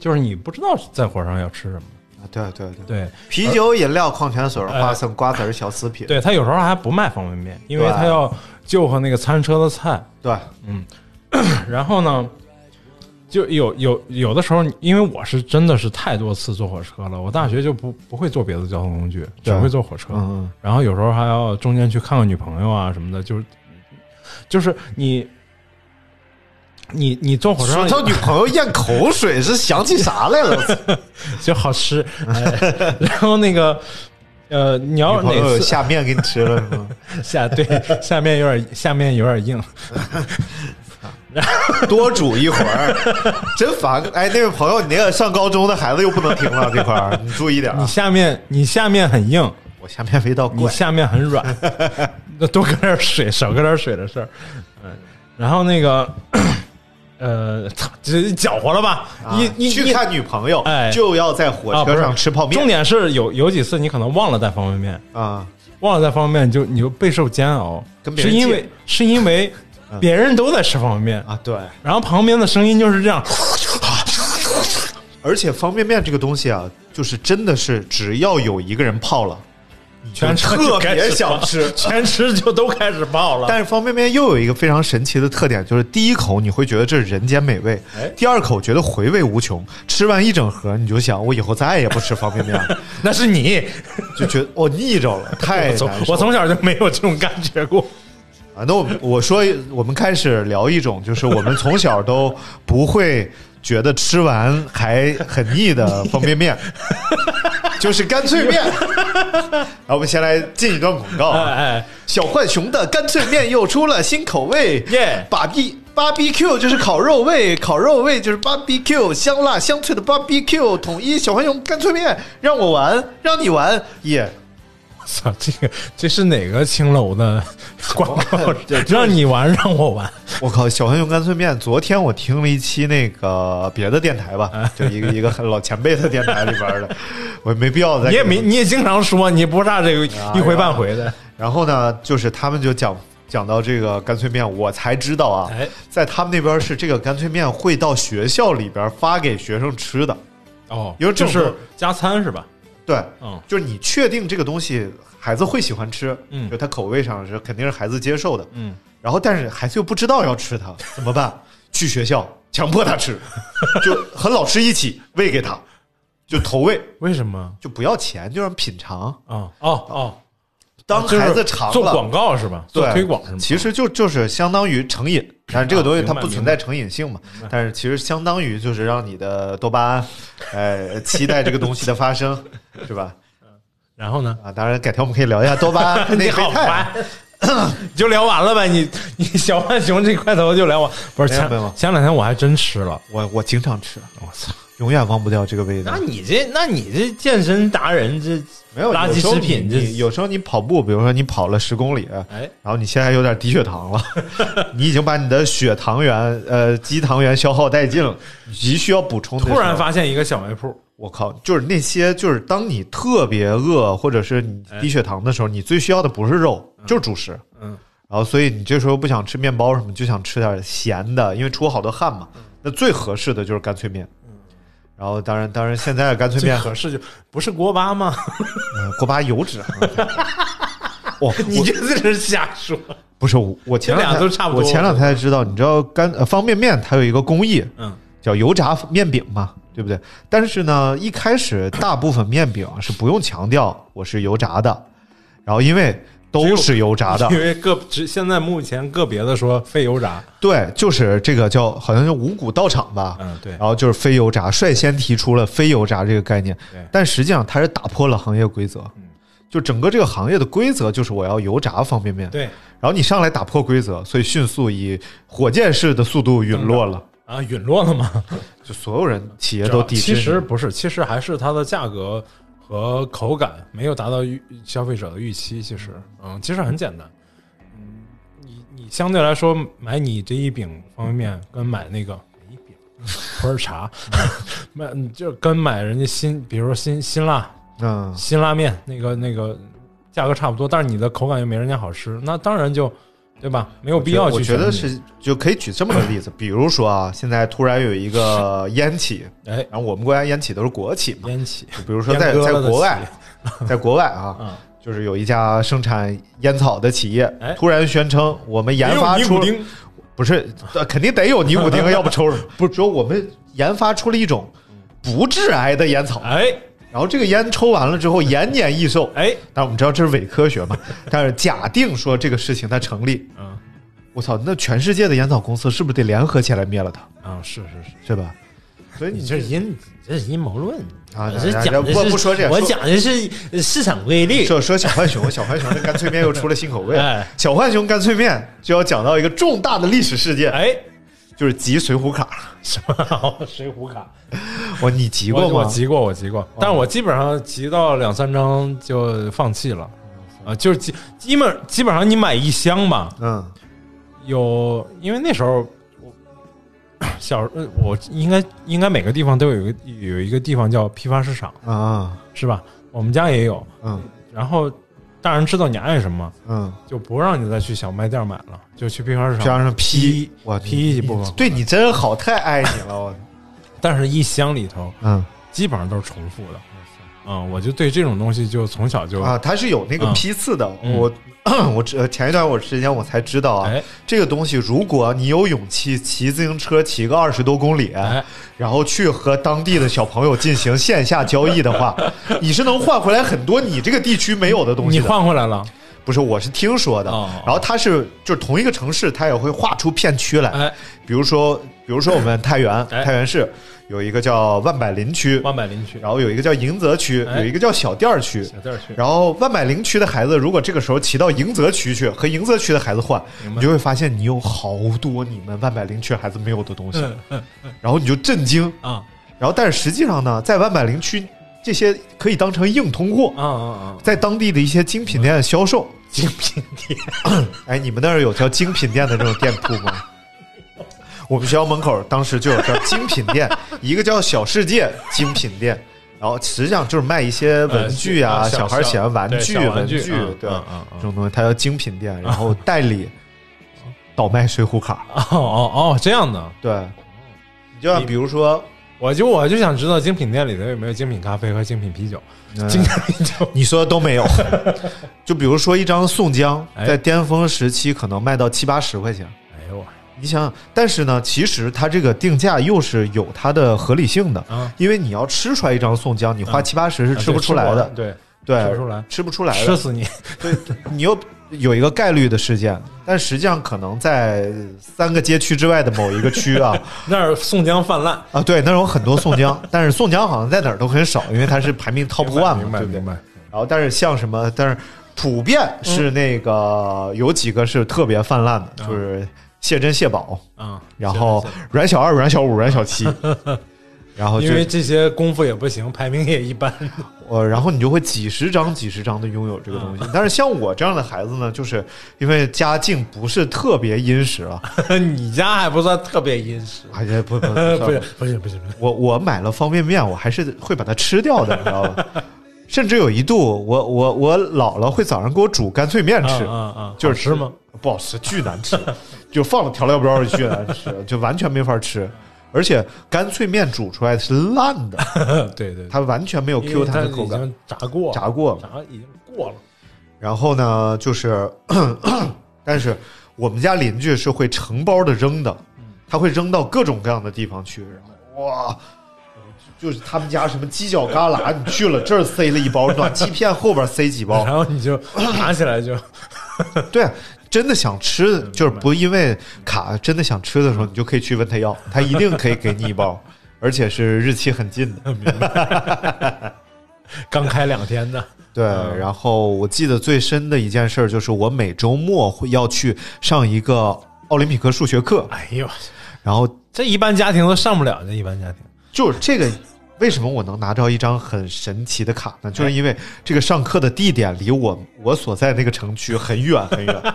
就是你不知道在火车上要吃什么。啊对对对，对啤酒、饮料、矿泉水、花生、瓜子儿、小食品，对，他有时候还不卖方便面，因为对他要就和那个餐车的菜。对，然后呢，就有有有的时候，因为我是真的是太多次坐火车了，我大学就不不会坐别的交通工具，只对会坐火车。嗯然后有时候还要中间去看看女朋友啊什么的，就是就是你你你坐火嗯，车说上他女朋友咽口水是想起啥来了？ <laughs> 就 <laughs> 好吃，哎然后那个呃，你要女朋友哪次下面给你吃了嗯是吗？下对下面有点下面有点硬，啊多煮一会儿，真烦！哎，那位朋友，你那个上高中的孩子又不能听了这块儿，你注意点啊你！下面你下面很硬，我下面味道你怪，下面 <laughs> 很软，那多搁点水，少搁点水的事儿。嗯，然后那个， <clears throat> 呃，操这搅和了吧？啊一一去一看女朋友哎，就要在火啊，不车是上吃泡面。重点是有有几次你可能忘了带方便面，啊，忘了带方便面你就你就备受煎熬，跟别是人因借嗯为 <laughs> 是因为别人都在吃方便面，啊，对，然后旁边的声音就是这样，而且方便面这个东西啊，就是真的是只要有一个人泡了，啊全车就特开别始想爆吃全吃就都开始爆了。但是方便面又有一个非常神奇的特点，就是第一口你会觉得这是人间美味哎，第二口觉得回味无穷，吃完一整盒你就想，我以后再也不吃方便面 <laughs> 了，那是你，就觉得我腻着了，太我从难受我了从小就没有这种感觉过。啊，那我们我说我们开始聊一种，就是我们从小都不会觉得吃完还很腻的方便 <laughs> 面，就是干脆面。然后我们先来进一段广告哎啊，哎，小浣熊的干脆面又出了新口味，耶把 B。BBQ 就是烤肉味，烤肉味就是 BBQ，香辣香脆的 BBQ，统一小浣熊干脆面，让我玩，让你玩，耶、操，这个这是哪个青楼的 <laughs> 广告对？哦就是让你玩，让我 <laughs> 玩。我靠，小浣熊干脆面！昨天我听了一期那个别的电台吧，啊就 <laughs> 一个一个很老前辈的电台里边的，我也没必要再你也没，你也经常说，你不差这个哎一回半回的。然后呢，就是他们就讲讲到这个干脆面，我才知道啊，哎在他们那边是这个干脆面会到学校里边发给学生吃的。哦有这就种是加餐是吧？对，嗯就是你确定这个东西孩子会喜欢吃，嗯就他口味上是肯定是孩子接受的，嗯，然后但是孩子又不知道要吃它，怎么办？ <laughs> 去学校强迫他吃， <laughs> 就和老师一起喂给他，就投喂，为什么？就不要钱，就让品尝。啊哦哦，当就是孩子尝了，做广告是吧？做对推广是吗？啊其实就就是相当于成瘾，但是这个东西它不存在成瘾性嘛白，但是其实相当于就是让你的多巴胺， <laughs> 呃，期待这个东西的发生， <laughs> 是吧？然后呢？啊，当然改天我们可以聊一下多巴胺和内 <laughs> 你啡好肽。烦，你就聊完了呗。你你小浣熊这块头就聊完，不是没有前没有前两天我还真吃了，我我经常吃，我操！永远忘不掉这个味道那。你这那你这健身达人这没有垃圾食有时候品这你你有时候你跑步，比如说你跑了十公里，哎然后你现在有点低血糖 <laughs> 了，你已经把你的血糖原呃肌糖原消耗殆尽了，急需要补充的时候。突然发现一个小卖铺，我靠，就是那些就是当你特别饿或者是你低血糖的时候，你最需要的不是肉，就是主食。嗯，然后所以你这时候不想吃面包什么，就想吃点咸的，因为出好多汗嘛。那最合适的就是干脆面。然后当然当然现在的干脆最面合适就不是锅 <laughs> 巴吗？呃锅巴油脂。 <laughs> 我你我这是瞎说。不是我，我前两这天俩都差不多我前两天才知道，你知道干呃方便面它有一个工艺，嗯，叫油炸面饼嘛，对不对？但是呢，一开始大部分面饼啊是不用强调我是油炸的，然后因为都是油炸的因，为个只现在目前个别的说非油炸，对，就是这个叫好像是五谷道场吧，嗯对然后就是非油炸，率先提出了非油炸这个概念对，嗯但实际上它是打破了行业规则，就整个这个行业的规则就是我要油炸方便面，对然后你上来打破规则，所以迅速以火箭式的速度陨落了，啊，陨落了吗？就所有人企业都抵制其你。实不是，其实还是它的价格和口感没有达到预消费者的预期。其实，嗯，其实很简单。嗯，你你相对来说买你这一饼方便面，跟买那个一 <laughs> 饼普洱茶， <laughs> 买就跟买人家辛，比如说辛辛辣嗯，辛拉面，那个那个价格差不多，但是你的口感又没人家好吃，那当然就对吧？没有必要去我觉得选是就可以举这么个例 <coughs> 子，比如说啊，现在突然有一个烟企，你哎然后我们国家烟企都是国企嘛，烟起，比如说在阉割在了的国外企 <laughs> 业，在国外啊，啊，就是有一家生产烟草的企业哎，突然宣称我们研没有发尼出古丁不是，呃肯定得有尼古 <laughs> 丁，要不抽什么？不是说我们研发出了一种不致癌的烟草，哎然后这个烟抽完了之后延年益寿。哎，但我们知道这是伪科学嘛， <laughs> 但是假定说这个事情它成立，嗯我操，那全世界的烟草公司是不是得联合起来灭了它，啊，是是是，是吧？所以你你这这是阴，你这是阴谋论啊我这咱讲的咱是不不说这我说讲的是呃市场规律。 <laughs> 说说小 <laughs> 浣熊，小浣熊的干脆面又出了新口味哎。小浣熊干脆面就要讲到一个重大的历史事件，哎，就是集水浒卡。什 <laughs> 么水浒卡？哇，你集我过我吗？集过，我集过，但我基本上集到两三张就放弃了，啊，就是基基本基本上你买一箱吧，嗯，有，因为那时候我 <coughs> 小呃我应该应该每个地方都有一个有一个地方叫批发市场，啊，是吧？我们家也有，嗯然后大人知道你爱什么，嗯，就不让你再去小卖店买了，就去批发市加场上批，我批一部分，对你真好，太爱你了， <laughs> 我。但是一箱里头嗯基本上都是重复的。嗯，我就对这种东西就从小就啊，它是有那个嗯批次的。嗯我 <clears throat> 我知前一段我时间我才知道啊，哎这个东西如果你有勇气骑自行车骑个二十多公里，哎然后去和当地的小朋友进行线下交易的 <laughs> 话，你是能换回来很多你这个地区没有的东西你的。换回来了，不是，我是听说的。哦然后它是就是同一个城市，它也会划出片区来。哎，比如说，比如说我们太原，哎太原市有一个叫万柏林区，万百林区，然后有一个叫迎泽区，哎有一个叫小店儿区。小店去，然后万柏林区的孩子，如果这个时候骑到迎泽区去和迎泽区的孩子换，白你就会发现你有好多你们万柏林区孩子没有的东 <laughs> 西，嗯然后你就震惊。啊然后但是实际上呢，在万柏林区这些可以当成硬通货啊，啊啊！在当地的一些精品店销售。精品店， <coughs> 哎，你们那儿有叫精品店的这种店铺吗？我们学校门口当时就有叫精品店，一个叫小世界精品店，然后实际上就是卖一些文具啊，呃小小孩喜欢玩对具、小玩文具具，嗯对嗯嗯嗯这种东西它叫精品店，然后代理倒卖水浒卡，哦哦哦，这样的，对，你就像比如说，我就我就想知道精品店里头有没有精品咖啡和精品啤酒，嗯精品 <laughs> 啤酒你说的都没有，就比如说一张宋江，哎在巅峰时期可能卖到七八十块钱，哎呦我，你想想，但是呢，其实它这个定价又是有它的合理性的，啊因为你要吃出来一张宋江，你花七八十是吃不出来的，对，啊对，吃不出来吃不出来吃的，<laughs> 死你！你又有一个概率的事件，但实际上可能在三个街区之外的某一个区 <laughs> 啊那儿宋江泛滥，啊，对，那儿有很多宋 <laughs> 江，但是宋江好像在哪儿都很少，因为它是排名 top 明白 one 明嘛，白对不对明？白。嗯然后但是像什么，但是普遍是那个、有几个是特别泛滥的，就是谢珍、谢宝，啊，嗯然后阮小二、阮小五、阮小 <laughs> 七，然后就因为这些功夫也不行，排名也一般。 <laughs> 呃，然后你就会几十张、几十张的拥有这个东西。嗯但是像我这样的孩子呢，就是因为家境不是特别殷实啊，你家还不算特别殷实，而且不不 <laughs> 不不是是，不是不是，不是我我买了方便面，我还是会把它吃掉的，你知道吧？甚至有一度，我我我姥姥会早上给我煮干脆面吃，啊啊啊就是好吃吗？不好吃，巨难吃，就放了调料包巨难吃，就完全没法吃。而且干脆面煮出来是烂的， <laughs> 对对，它完全没有 Q 弹的口感，，炸过，炸过了。炸已经过了。然后呢，就是，但是我们家邻居是会成包的扔的，他会扔到各种各样的地方去。然后哇，就是他们家什么犄角旮旯，你去了这儿塞了一包，暖气片后边塞几 <laughs> 包然，后 <laughs> 你就拿起来就对。啊真的想吃，就是不因为卡真的想吃的时候，你就可以去问他要，他一定可以给你一包，而且是日期很近的。刚开两天的，对，然后我记得最深的一件事儿就是，我每周末会要去上一个奥林匹克数学课，哎呦，然后这一般家庭都上不了，这一般家庭。就是这个，为什么我能拿着一张很神奇的卡呢？就是因为这个上课的地点离我我所在那个城区很远很远，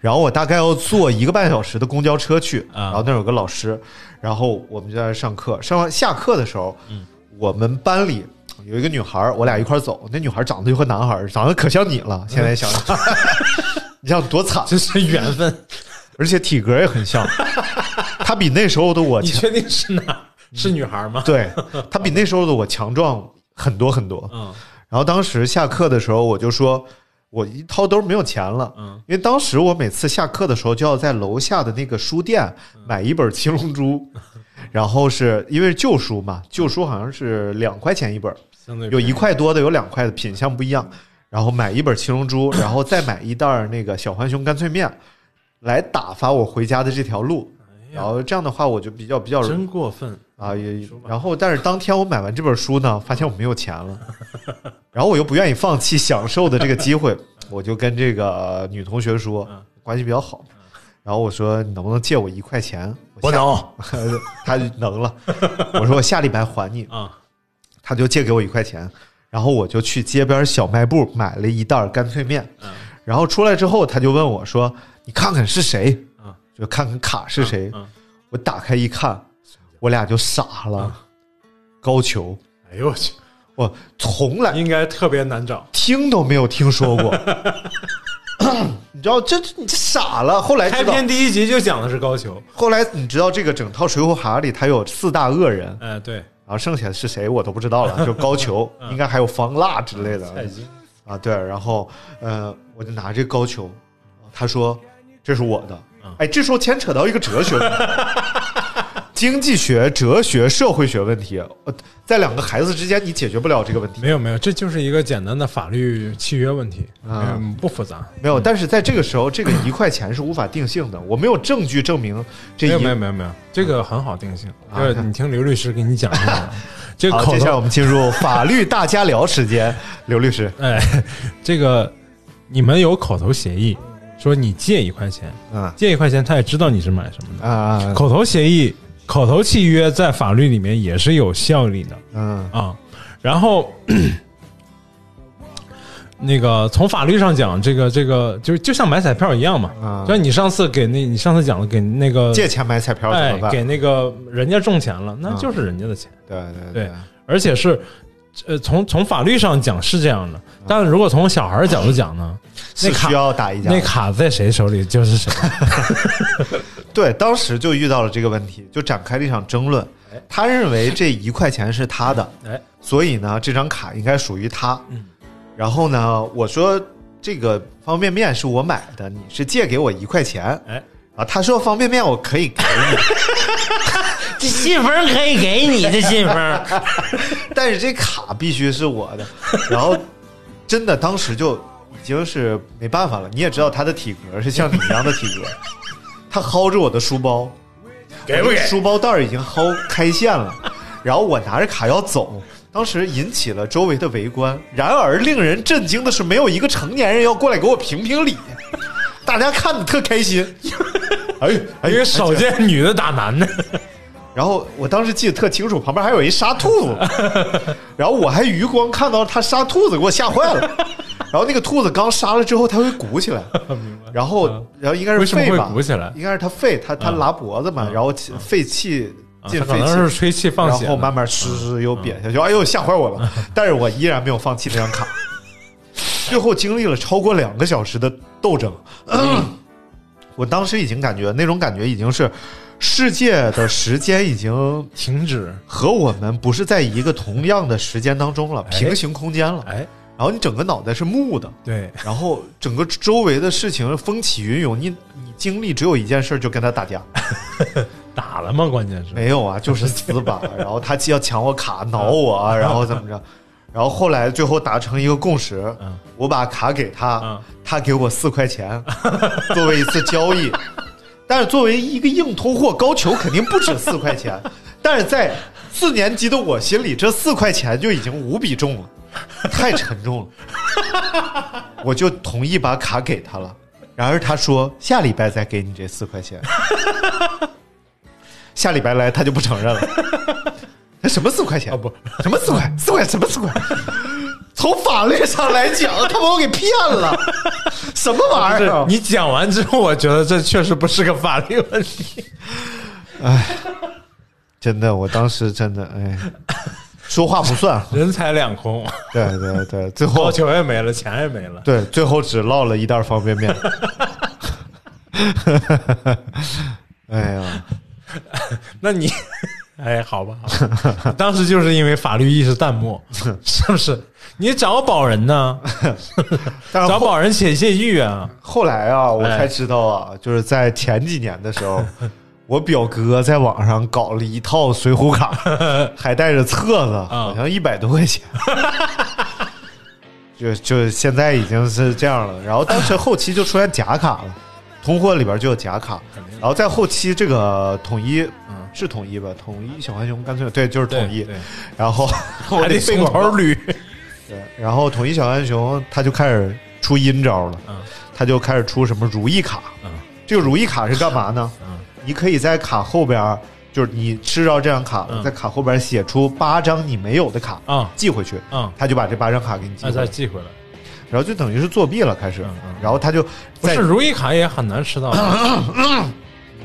然后我大概要坐一个半小时的公交车去，啊然后那儿有个老师，然后我们就在那儿上课，上完下课的时候，我们班里。有一个女孩儿，我俩一块儿走。那女孩儿长得就和男孩儿长得可像你了，现在想想，你想多惨，这是缘分。而且体格也很像。她比那时候的我你 <laughs> 强。确定是哪儿？ <laughs> 是女孩 <laughs> 吗？对他比那时候的我强壮很多很多。嗯，然后当时下课的时候，我就说：“我一掏兜没有钱了，嗯，因为当时我每次下课的时候就要在楼下的那个书店嗯买一本《七 <laughs> 龙珠》，然后是因为是旧书嘛，旧书好像是两块钱一本，相对有一块多的，有两块的，品相不一样。然后买一本《七龙珠》，然后再买一袋儿那个小浣熊干脆面，来打发我回家的这条路。哎然后这样的话，我就比较比较真过分，啊，也然后但是当天我买完这本书呢，发现我没有钱了，然后我又不愿意放弃享受的这个机会，我就跟这个女同学说嗯，关系比较好，然后我说你能不能借我一块钱？不下，能， <laughs> 她能了，我说我下礼拜还你 <laughs> 啊，她就借给我一块钱，然后我就去街边小卖部买了一袋儿干脆面，嗯然后出来之后，她就问我说，你看看是谁嗯？就看看卡是谁？嗯，我打开一看，我俩就傻了。嗯高俅，哎呦我去，我从来应该特别难找，听都没有听说 <laughs> 过。 <coughs> 你知道这这你这傻了。后来开哎知道，篇第一集就讲的是高俅，后来你知道这个整套《水浒侠》里，它有四大恶人，哎，对，然后剩下的是谁我都不知道 <laughs> 了，就高俅，嗯应该还有方腊之类的。蔡京啊，对，然后呃，我就拿这高俅，他说这是我的，嗯哎，这时候牵扯到一个哲学问 <laughs> 题经济学、哲学、社会学问题，呃，在两个孩子之间你解决不了这个问题，没有没有，这就是一个简单的法律契约问题，啊嗯，不复杂，没有，但是在这个时候，这个一块钱是无法定性的，我没有证据证明这没有一没有没有没有，这个很好定性，啊就是你听刘律师给你讲一 <laughs> 下，这个好，口接下来头我们进入法律大家聊时间，刘律师，哎， <laughs> 这个你们有口头协议，说你借一块钱，嗯啊借一块钱，他也知道你是买什么的。啊，口头协议、口头契约在法律里面也是有效力的嗯啊。然后，那个从法律上讲，这个这个就就像买彩票一样嘛。啊就像你上次给那，你上次讲的给那个借钱买彩票怎哎么，办？给那个人家中钱了，那啊就是人家的钱。对对啊对而且是，呃，从从法律上讲是这样的，但是如果从小孩儿角度讲呢，那啊是卡需要打一架的，那卡在谁手里就是谁。对，当时就遇到了这个问题，就展开了一场争论。他认为这一块钱是他的， <laughs> 哎，嗯所以呢，这张卡应该属于他。然后呢，我说这个方便面是我买的，你是借给我一块钱。哎，啊，他说方便面我可以给这信封可以给你，这信封你，但是这卡必须是我的。然后真的当时就已经是没办法了。你也知道他的体格是像你一样的体格，他薅着我的书包，给不给我的书包袋儿已经薅开线了，然后我拿着卡要走，当时引起了周围的围观。然而令人震惊的是，没有一个成年人要过来给我评评理，大家看的特开心。哎呦 <laughs> 哎因呦为，少见女的打 <laughs> 男的，然后我当时记得特清楚，旁边还有一杀兔子，然后我还余光看到他杀兔子，给我吓坏了。然后那个兔子刚杀了之后，它会鼓起来，然后然后应该是啊为什么肺会吧，鼓起来应该是它肺，它它嗯拉脖子嘛，嗯然后气肺气啊进他可肺能气，是吹气放血然后呢，啊慢慢湿湿又瘪下去，哎呦吓坏我了！ <laughs> 但是我依然没有放弃这张 <laughs> 卡。最后经历了超过两个小时的斗争，嗯 <clears throat> 我当时已经感觉那种感觉已经是世界的时间已经 <clears throat> 停止。和我们不是在一个同样的时间当中了，哎平行空间 <laughs> 了。哎，然后你整个脑袋是木的，对，然后整个周围的事情风起云涌，你你经历只有一件事，就跟他打架。打了吗？关键是没有啊，就是撕吧。然后他既要抢我卡，挠我，啊 <laughs> 嗯然后怎么着？然后后来最后达成一个共识嗯，我把卡给他嗯，他给我四块 <laughs> 钱，作为一次交易。但是作为一个硬通货，高俅肯定不止四块 <laughs> 钱。但是在四年级的我心里，这四块钱就已经无比重了，太沉重了。 <laughs> 我就同意把卡给他了。然而他说下礼拜再给你这四块钱。下礼拜来他就不承认了。 <laughs> 那什么四块钱？啊不，什么四 <laughs> 块？四块什么四块？从法律上来 <laughs> 讲，他把我给骗了，什么玩意是儿？啊你讲完之后，我觉得这确实不是个法律问 <laughs> 题。真的，我当时真的哎，说话不 <laughs> 算。人财两空， <laughs> 对对对，最后高球也没了，钱也没了。对最后只落了一袋方便 <laughs> 面。哎呀，那你 <laughs> 哎，好吧，好 <laughs> 吧当时就是因为法律意识淡漠，是不是？你找保 <laughs> 人呢？但是找后保人写谢 <laughs> 玉啊？后来啊，我哎才知道啊，就是在前几年的时 <laughs> 候，我表哥在网上搞了一套水浒 <laughs> 卡，还带着册啊子，好像一百多块钱。 <laughs> 就就现在已经是这样了，然后当时后期就出现假卡了，通货里边就有假卡，然后在后期这个统一，嗯，是统一吧？统一小浣熊干脆对，就是统对一对，然 <laughs> 后我还得背从广头告捋。 <laughs> 对，然后统一小浣熊他就开始出阴招了，嗯他就开始出什么如意卡。嗯这个如意卡是干嘛呢？嗯你可以在卡后边儿，就是你吃着这张卡了，嗯在卡后边儿写出八张你没有的卡，啊寄回去，嗯，他就把这八张卡给你寄那回再来，寄回来。然后就等于是作弊了，开始。嗯嗯然后他就不在是如意卡也很 <laughs> 难吃到的， <coughs>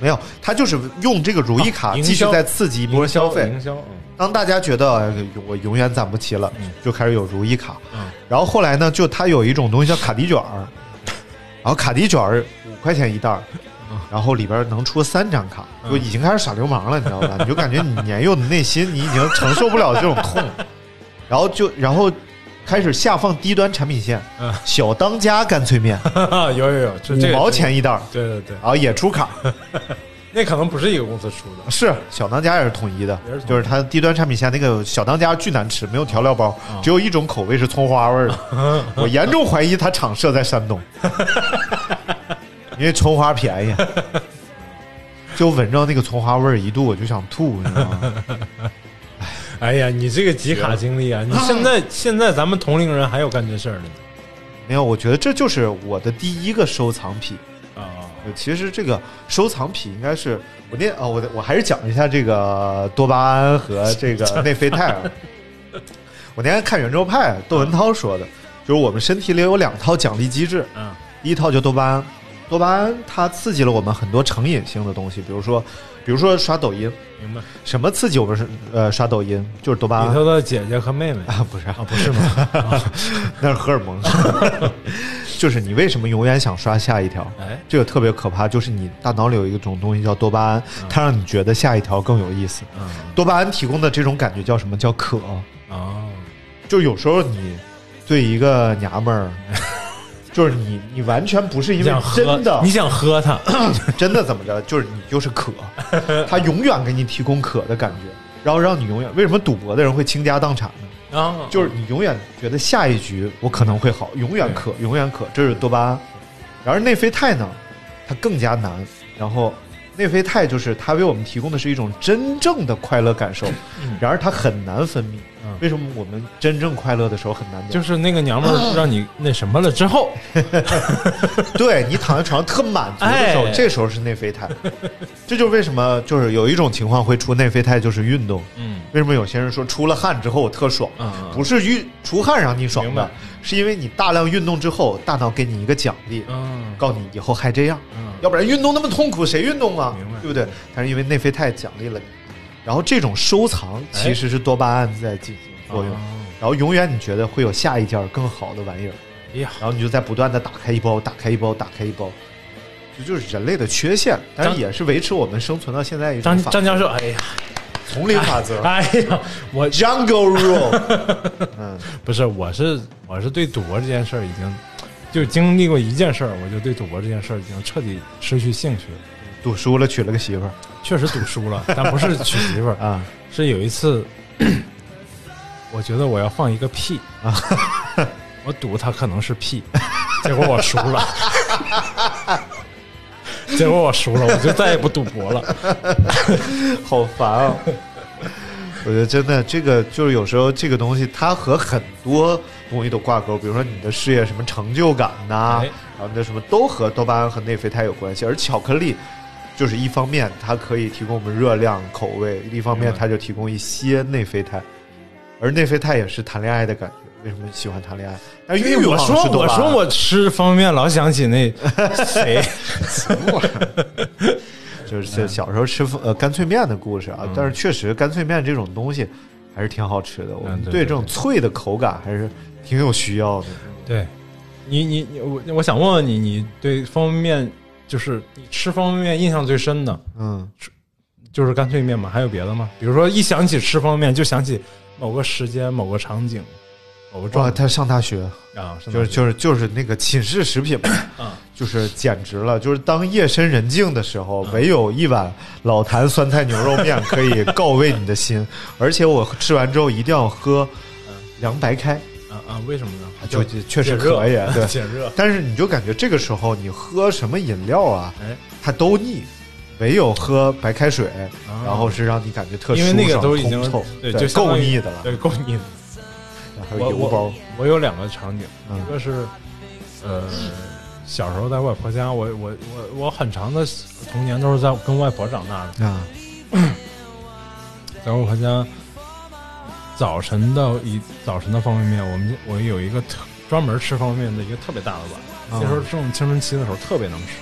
没有，他就是用这个如意卡啊营继续销在刺激一波营消费。营销。嗯当大家觉得哎我永远攒不齐了，嗯就开始有如意卡。嗯然后后来呢，就它有一种东西叫卡迪卷儿，然后卡迪卷儿五块钱一袋儿，嗯然后里边能出三张卡，就已经开始耍流氓了，你知道 <laughs> 吧？你就感觉你年幼的内心你已经承受不了这种 <laughs> 痛，然后就然后开始下放低端产品线，嗯小当家干脆面 <laughs> 有有有，就五 <laughs> 这个毛钱。一袋儿，对对对，然后也出卡。那可能不是一个公司出的。啊是小当家也是统一的也是统，一就是它低端产品下那个小当家巨难吃，没有调料包，啊只有一种口味是葱花味儿 <laughs> 的。我严重怀疑它厂设在山东，因为葱花便宜。就闻着那个葱花味儿，一度我就想吐，你知道吗？哎呀，你这个集卡经历啊，你现在现在咱们同龄人还有干这事儿的呢没有，我觉得这就是我的第一个收藏品。啊呃其实这个收藏品应该是我那啊，我我还是讲一下这个多巴胺和这个内啡肽啊。我那天看《圆周派》，窦文涛说的，就是我们身体里有两套奖励机制，嗯第一套就多巴胺，多巴胺它刺激了我们很多成瘾性的东西，比如说，比如说刷抖音，明白。什么刺激我们是呃刷抖音，就是多巴里胺头的姐姐和妹妹啊啊，不是啊啊，不是 <laughs> 吗？那是荷尔蒙， <laughs> 就是你为什么永远想刷下一条？哎，这个特别可怕，就是你大脑里有一种东西叫多巴胺，它让你觉得下一条更有意思。嗯多巴胺提供的这种感觉叫什么？叫渴。哦，就有时候你对一个娘们儿，就是你，你完全不是你因为想喝真的你，想喝它， <clears throat> 真的怎么着，就是你就是渴，它永远给你提供渴的感觉，然后让你永远为什么赌博的人会倾家荡产呢？啊，就是你永远觉得下一局我可能会好，永远渴，永远渴，这是多巴胺。然而内啡肽呢，它更加难。然后内啡肽就是它为我们提供的是一种真正的快乐感受，然而它很难分泌嗯。为什么我们真正快乐的时候很难讲？就是那个娘们儿让你那什么了之后， <laughs> 对你躺在床上特满足的时候，哎这时候是内啡肽。这就是为什么就是有一种情况会出内啡肽，就是运动。嗯为什么有些人说出了汗之后我特爽？嗯嗯不是运出汗让你爽明的白，是因为你大量运动之后，大脑给你一个奖励，嗯告诉你以后还这样，嗯要不然运动那么痛苦，谁运动啊明白？对不对？但是因为内啡肽奖励了你，然后这种收藏其实是多巴胺在进行作用，哎哦然后永远你觉得会有下一件更好的玩意儿，哎呀，然后你就在不断的打开一包，打开一包，打开一包。这就是人类的缺陷，但是张也是维持我们生存到现在一种张法张教授，哎呀，丛林法则。哎呀，我 Jungle Rule，嗯， <laughs> 不是，我是我是对赌博这件事儿已经就经历过一件事儿，我就对赌博这件事儿已经彻底失去兴趣了。赌输了娶了个媳妇儿确实赌输 <laughs> 了，但不是娶媳妇儿，啊，是有一次， <clears throat> 我觉得我要放一个屁啊， <laughs> 我赌他可能是屁，结果我 <laughs> 输了，结果我输了，我就再也不赌博了。 <laughs> 好烦 <laughs> 啊！我觉得真的，这个就是有时候这个东西，它和很多东西都挂钩，比如说你的事业什么成就感呐、哎然后你的什么都和多巴胺和内啡肽有关系，而巧克力。就是一方面，它可以提供我们热量、口味；另一方面，明白它就提供一些内啡肽，而内啡肽也是谈恋爱的感觉。为什么喜欢谈恋爱？但是欲我望是说多我巴胺说我吃方便面老想起那 <laughs> 谁，就是小时候吃呃干脆面的故事啊，嗯但是确实干脆面这种东西还是挺好吃的，我们嗯对对这种脆的口感还是挺有需要的。对你你你我我想问问你，你对方便面就是你吃方便面印象最深的嗯，就是干脆面嘛，还有别的吗？比如说一想起吃方便面，就想起某个时间、某个场景、某个哇，状态他上大学啊，是就是嗯就是就是那个寝室食品嘛，啊， <clears throat> 就是简直了！就是当夜深人静的时候，唯有一碗老坛酸菜牛肉面可以告慰你的心。而且我吃完之后一定要喝凉白开，啊啊，为什么呢？就就确实解热。可以，对 <laughs> 解热。但是你就感觉这个时候你喝什么饮料啊，哎，它都腻，唯有喝白开水，啊然后是让你感觉特因为舒那个爽都已经通透，对，就相够当于腻的了。对，够腻的。还有我油包我，我有两个场景，嗯一个是呃小时候在外婆家，我我我我很长的童年都是在跟外婆长大的，啊，在外婆家早晨的一早晨的方便面，我们我有一个特专门吃方便面的一个特别大的碗，那时候正青春期的时候特别能吃，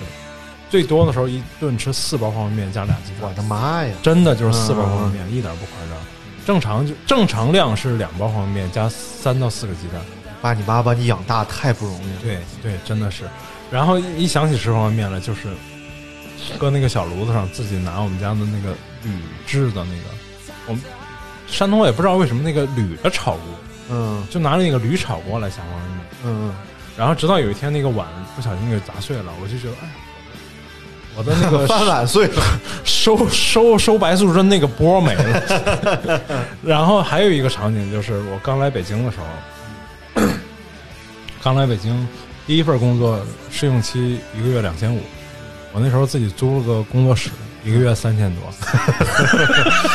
最多的时候一顿吃四包方便面加俩鸡我蛋，的妈呀！真的就是四包方便面，一点不夸张。正常就正常量是两包方便面加三到四个鸡蛋，爸，你妈把你养大太不容易 <laughs> 了。对对，真的是。然后一想起吃方便面来，就是搁那个小炉子上自己拿我们家的那个铝制的那个，我们山东我也不知道为什么那个铝的炒锅，嗯就拿那个铝炒锅来下方便面。嗯然后直到有一天那个碗不小心给砸碎了，我就觉得哎呀。我的那嗯， <laughs> 个翻碗碎了。收收收白素贞那个波没了。 <laughs> 然后还有一个场景就是我刚来北京的时候，刚来北京第一份工作试用期一个月两千五，我那时候自己租了个工作室，一个月三千多。 <laughs>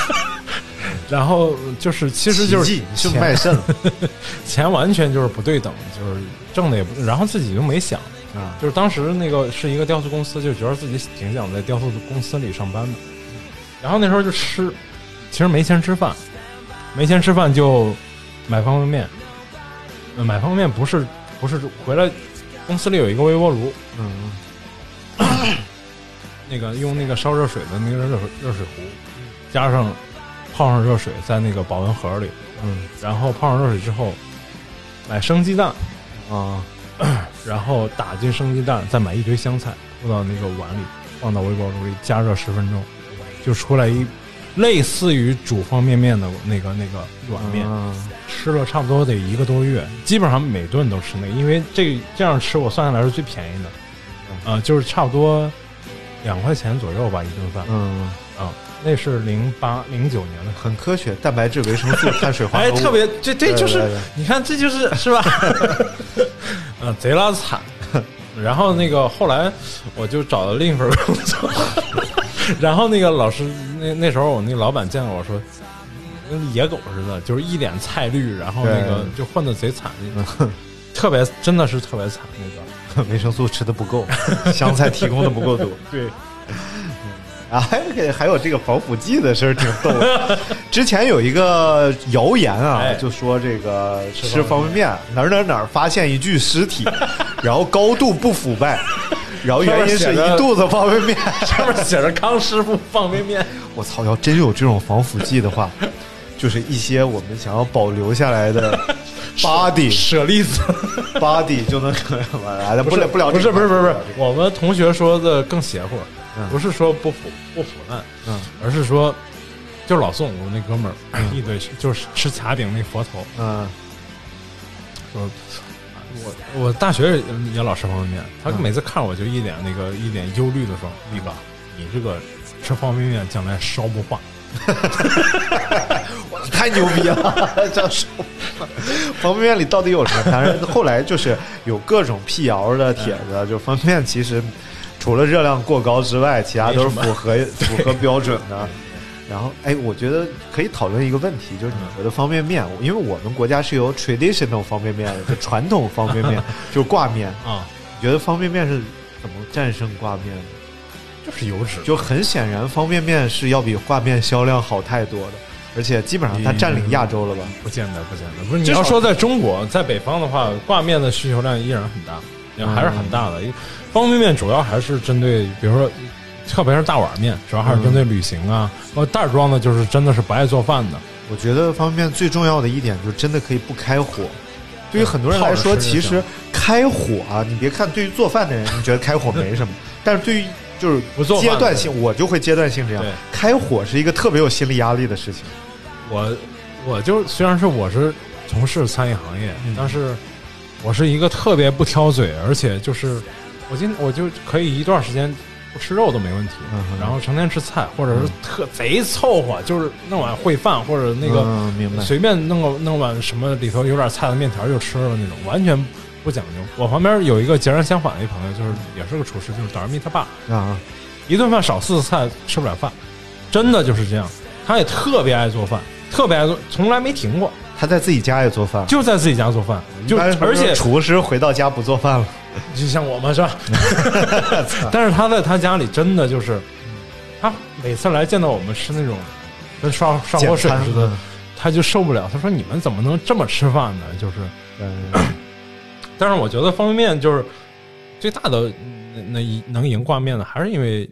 然后就是，其实就是奇迹就钱卖肾了钱完全就是不对等，就是挣的也不，然后自己就没想，啊！就是当时那个是一个雕塑公司，就觉得自己挺想在雕塑公司里上班的。然后那时候就吃，其实没钱吃饭，没钱吃饭就买方便面。呃买方便面不是不是回来，公司里有一个微波炉，嗯， <coughs> 那个用那个烧热水的那个热水热水壶，加上泡上热水在那个保温盒里，嗯，然后泡上热水之后，买生鸡蛋，啊， <coughs> 然后打进生鸡蛋，再买一堆香菜，放到那个碗里，放到微波炉里加热十分钟，就出来一类似于煮方便面的那个那个软面。嗯吃了差不多得一个多月，基本上每顿都吃那个，因为这这样吃我算下来是最便宜的，嗯啊、就是差不多两块钱左右吧一顿饭啊、嗯，那是零八零九年的。很科学，蛋白质、维生素、碳水化合 <laughs> 哎，物，特别这这哦对就是对对你看，这就是 <laughs> <laughs> 是吧？嗯、贼拉惨。然后那个后来我就找了另一份工作， <laughs> 然后那个老师那那时候我那个老板见到我说，跟野狗似的，就是一脸菜绿，然后那个就混的贼惨，特别真的是特别惨那个。 <laughs> <laughs> 维生素吃的不够，香菜提供的不够多。对，啊，还有还有这个防腐剂的事儿挺逗 <laughs> 的。之前有一个谣言啊，哎就说这个吃方便面哪儿哪儿哪儿发现一具尸 <laughs> 体，然后高度不腐败，然后原因是一肚子方便面。上面写着康师傅方便面。我操，要真有这种防腐剂的话，就是一些我们想要保留下来 <laughs> 的 body 舍利子 body 就能 <laughs> 可以来的，不了不了，不是不是不是嗯不是，我们同学说的更邪乎，不是说不腐不腐烂，嗯而是说，就老宋我那哥们儿，一堆就是吃卡饼那佛头，嗯说，我我大学也老吃方便面，他每次看我就一脸那个一脸忧虑的说：“毕哥，你这个吃方便面将来烧不化。太牛逼 <laughs> 了，这样说。方便面里到底有什么？反正后来就是有各种辟谣的帖子，就方便面其实除了热量过高之外，其他都是符 <laughs> 合符合标准的。然后，哎，我觉得可以讨论一个问题，就是你觉得方便面，因为我们国家是有 traditional 方便面的，就传统方便面，就是挂面。”啊，你觉得方便面是怎么战胜挂面的？就是油脂，就很显然，方便面是要比挂面销量好太多的，而且基本上它占领亚洲了吧？不见得不见得，不是你至少要说在中国，在北方的话，挂面的需求量依然很大，也还是很大的。因为方便面主要还是针对，比如说。特别是大碗面，主要还是针对旅行啊。呃、袋装的就是真的是不爱做饭的，我觉得方便面最重要的一点就是真的可以不开火。对于很多人来说，泡着吃其就行 <laughs> 实开火啊，你别看对于做饭的人，你觉得开火没什么，但是对于就是不做饭阶段性，我就会阶段性这样对。开火是一个特别有心理压力的事情，我我就虽然是我是从事餐饮行业，嗯但是我是一个特别不挑嘴，而且就是我今我就可以一段时间不吃肉都没问题，嗯哼然后成天吃菜，或者是特贼凑合，就是弄碗烩饭或者那个嗯明白随便弄个弄碗什么里头有点菜的面条就吃了那种，完全。不讲究。我旁边有一个截然相反的一朋友，就是也是个厨师，就是达尔密他爸，啊，一顿饭少四次菜吃不了饭，真的就是这样。他也特别爱做饭，特别爱做，从来没停过，他在自己家也做饭，就在自己家做饭，就一般是不而是且厨师回到家不做饭了，就像我们是吧？但是他在他家里真的就是， <laughs> 他每次来见到我们吃那种跟刷刷简锅水餐似的，他就受不了。他说：“你们怎么能这么吃饭呢？”就是，嗯但是我觉得方便面就是最大的嗯那那一能赢挂面的，还是因为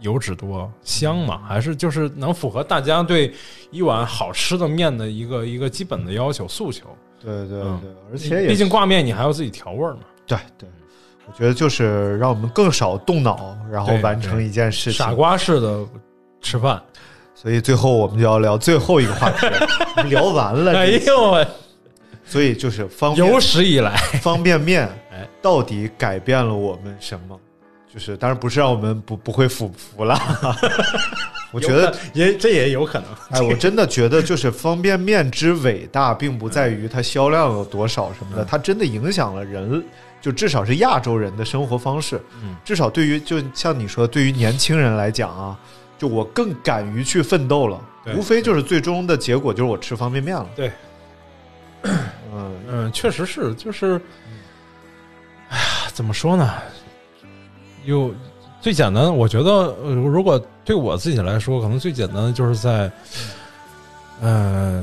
油脂多香嗯嘛，还是就是能符合大家对一碗好吃的面的一个一个基本的要求诉求。对对嗯对，而且也毕竟挂面你还要自己调味儿嘛，对对，我觉得就是让我们更少动脑，然后对完成对一件事情傻。瓜式的吃饭。所以最后我们就要聊最后一个 <laughs> 话题了，我们聊完了哎这一期，呦喂，所以就是方便有史以来，方便面 <laughs> 哎到底改变了我们什么？就是当然不是让我们不不会腐腐烂， <laughs> 我觉得也这也有可能。 <laughs> 哎，我真的觉得就是方便面之伟大，并不在于它销量有多少什么嗯的，它真的影响了人，就至少是亚洲人的生活方式。嗯，至少对于就像你说，对于年轻人来讲啊，就我更敢于去奋斗了。对无非就是最终的结果就是我吃方便面了。对，嗯，嗯，确实是，就是，哎呀，怎么说呢？又最简单的，我觉得，呃如果对我自己来说，可能最简单的就是在，呃，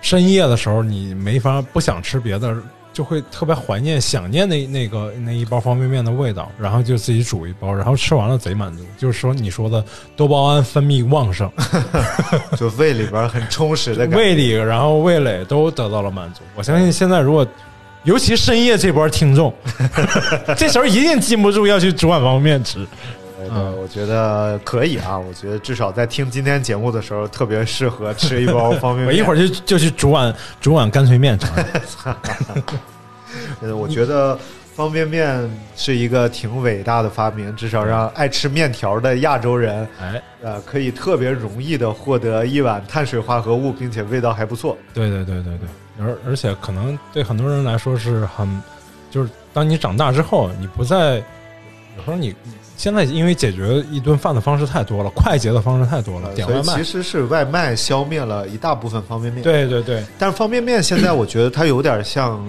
深夜的时候，你没法不想吃别的，就会特别怀念、想念那那个那一包方便面的味道，然后就自己煮一包，然后吃完了贼满足，就是说你说的多巴胺分泌旺盛，就胃里边很充实的感觉。胃里，然后味蕾都得到了满足。我相信现在如果，尤其深夜这波 <laughs> 听众，这时候一定禁不住要去煮碗方便面吃。嗯呃，我觉得可以啊，我觉得至少在听今天节目的时候，特别适合吃一包方便面。 <laughs> 我一会儿就就去煮碗煮碗干脆面 <laughs> 尝。呃，我觉得方便面是一个挺伟大的发明，至少让爱吃面条的亚洲人，哎，呃，可以特别容易的获得一碗碳水化合物，并且味道还不错。对对对对对，而而且可能对很多人来说是很，就是当你长大之后，你不再有时候你现在因为解决一顿饭的方式太多了，快捷的方式太多了，呃点所外以卖其。实是外卖消灭了一大部分方便面。，对对对，但是方便面现在我觉得它有点像，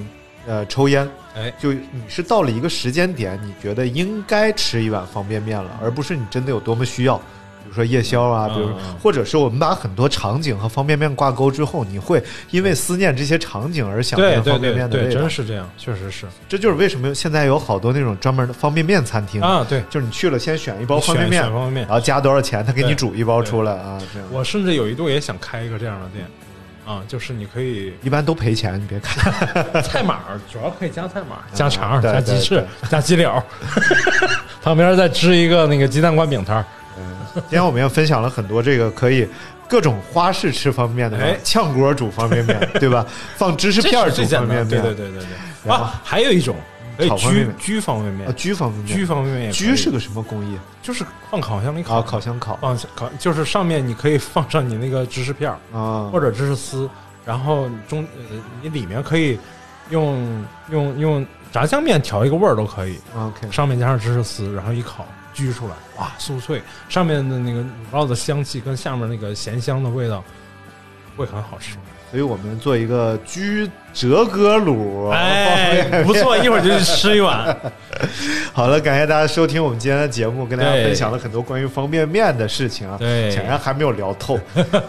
呃，抽烟。哎，就你是到了一个时间点，你觉得应该吃一碗方便面了，而不是你真的有多么需要。比如说夜宵啊，嗯比如说嗯嗯或者是我们把很多场景和方便面挂钩之后，你会因为思念这些场景而想对念对方便对面的味对，道。真是这样，确实是这就是为什么现在有好多那种专门的方便面餐厅，啊，对，就是你去了先选一包你方选便选面，方便面然，后加多少钱，他给你对煮一包对出来啊。这样我甚至有一度也想开一个这样的店，啊，就是你 <laughs> 可以一般都赔钱，你别看。菜码儿，主要可以加菜码儿、加肠儿、对加对鸡翅、加鸡 <laughs> 柳儿，旁边再支一个那个鸡蛋灌饼摊儿。今天我们也分享了很多这个可以各种花式吃方便面的哎，炝锅煮方便面， <laughs> 对吧？放芝士这片儿是煮最简方单的，便对面，对对对对。然后嗯啊，还有一种可以炒方便焗面焗方便啊，面，焗方便面，焗方便面也可以焗是个什么工艺就是放烤箱里烤啊？，烤箱烤放烤就是上面你可以放上你那个芝士片儿啊，或者芝士丝，然后中呃你里面可以用用用炸酱面调一个味儿都可以。啊 OK，上面加上芝士丝，然后一烤，焗出来，哇，酥脆，上面的那个乳酪的香气跟下面那个咸香的味道会很好吃。所以我们做一个焗折格卤方便面。哎，不错，一会儿就去吃一碗。 <laughs> 好了，感谢大家收听我们今天的节目，跟大家对分享了很多关于方便面的事情啊。对显然还没有聊透，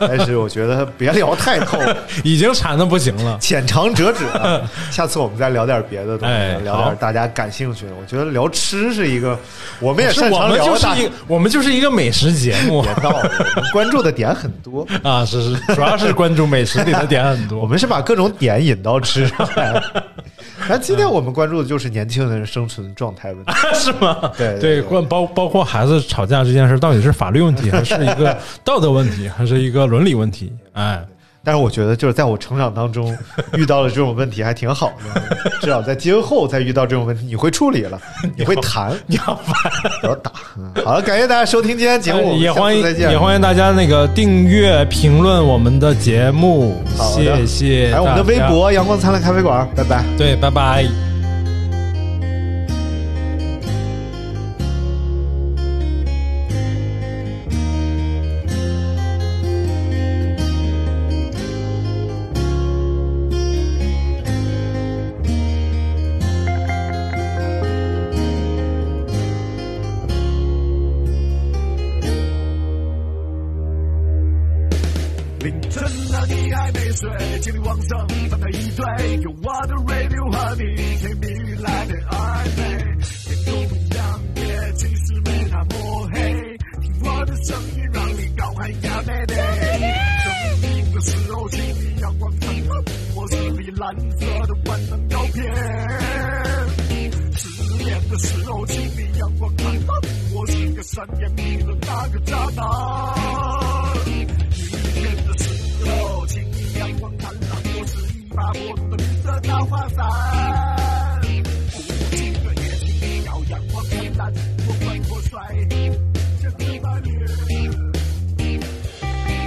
但是我觉得别聊太透，已经馋的不行了。浅尝辄止 <laughs> 啊。下次我们再聊点别的东西，哎聊点好大家感兴趣的。我觉得聊吃是一个，我们也是擅我长们聊就的是大一个我们就是一个美食节目别闹了，我们关注的点很多。啊，是是，主要是关注美食里的点很我多。们是把各种点引到吃上来了。但今天我们关注的就是年轻人生存状态问题。 <laughs> 是吗？对对对，关包包括孩子吵架这件事，到底是法律问题，还是一个道德问题，还是一个伦理问题？哎，但是我觉得，就是在我成长当中遇到了这种问题，还挺好 <laughs> 的。至少在今后再遇到这种问题，你会处理了，你会谈，你好烦。哎不要打。嗯好了，感谢大家收听今天节目，呃也我们下次欢迎再见，也欢迎大家那个订阅、评论我们的节目，好的谢谢。哎还有我们的微，博“阳光灿烂咖啡馆”，拜拜。对，拜拜。凌晨了，你还没睡，精力旺盛，站在一堆，有我的 radio 和你，甜蜜来点暧昧，点都不亮，也其实没那么黑，听我的声音让你高喊呀妹妹。正午的时候，请你阳光灿烂，我是你蓝色的万能药片。失恋的时候，请你阳光灿烂，我是个善良你的那个渣男。雨天的时候，请你阳光灿烂，我是一把火的绿色大花伞。无尽的夜，请你要阳光灿烂，我快活帅，像个白脸。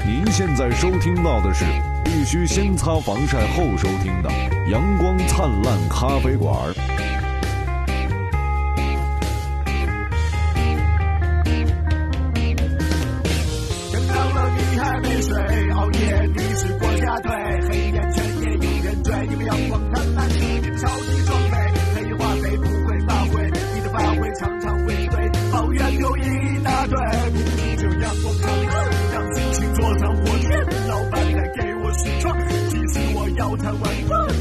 您现在收听到的是必须先擦防晒后收听的《阳光灿烂咖啡馆》。等到了你还没睡，熬夜你是国家队，黑眼圈也有人追，你们阳光灿烂，你们超级装备，黑化肥不会发挥，你的发挥常常会对，抱怨狗一大堆，你就阳光灿烂，让心情做成火箭，老板在给我实创，其实我腰缠万贯。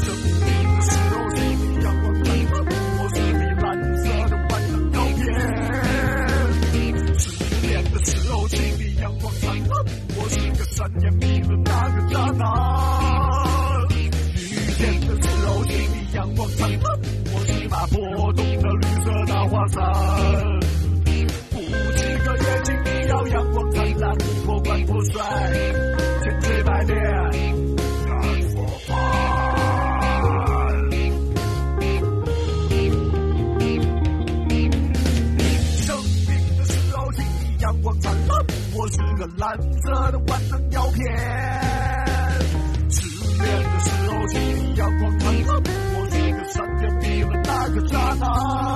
生命的时候，请你阳光灿烂，我是你蓝色的万能照片。失恋的时候，请你阳光灿烂。我是个善良迷的那个渣男。雨天的时候，请你阳光灿烂。我是把波动的绿色大花伞。不止个月，请你要阳光灿烂，破罐破摔，千锤百炼，干活吧。生病的时候，请你阳光灿烂。我是个蓝色的万能药片。失恋的时候，请你阳光灿烂。我是个善良的那个渣男。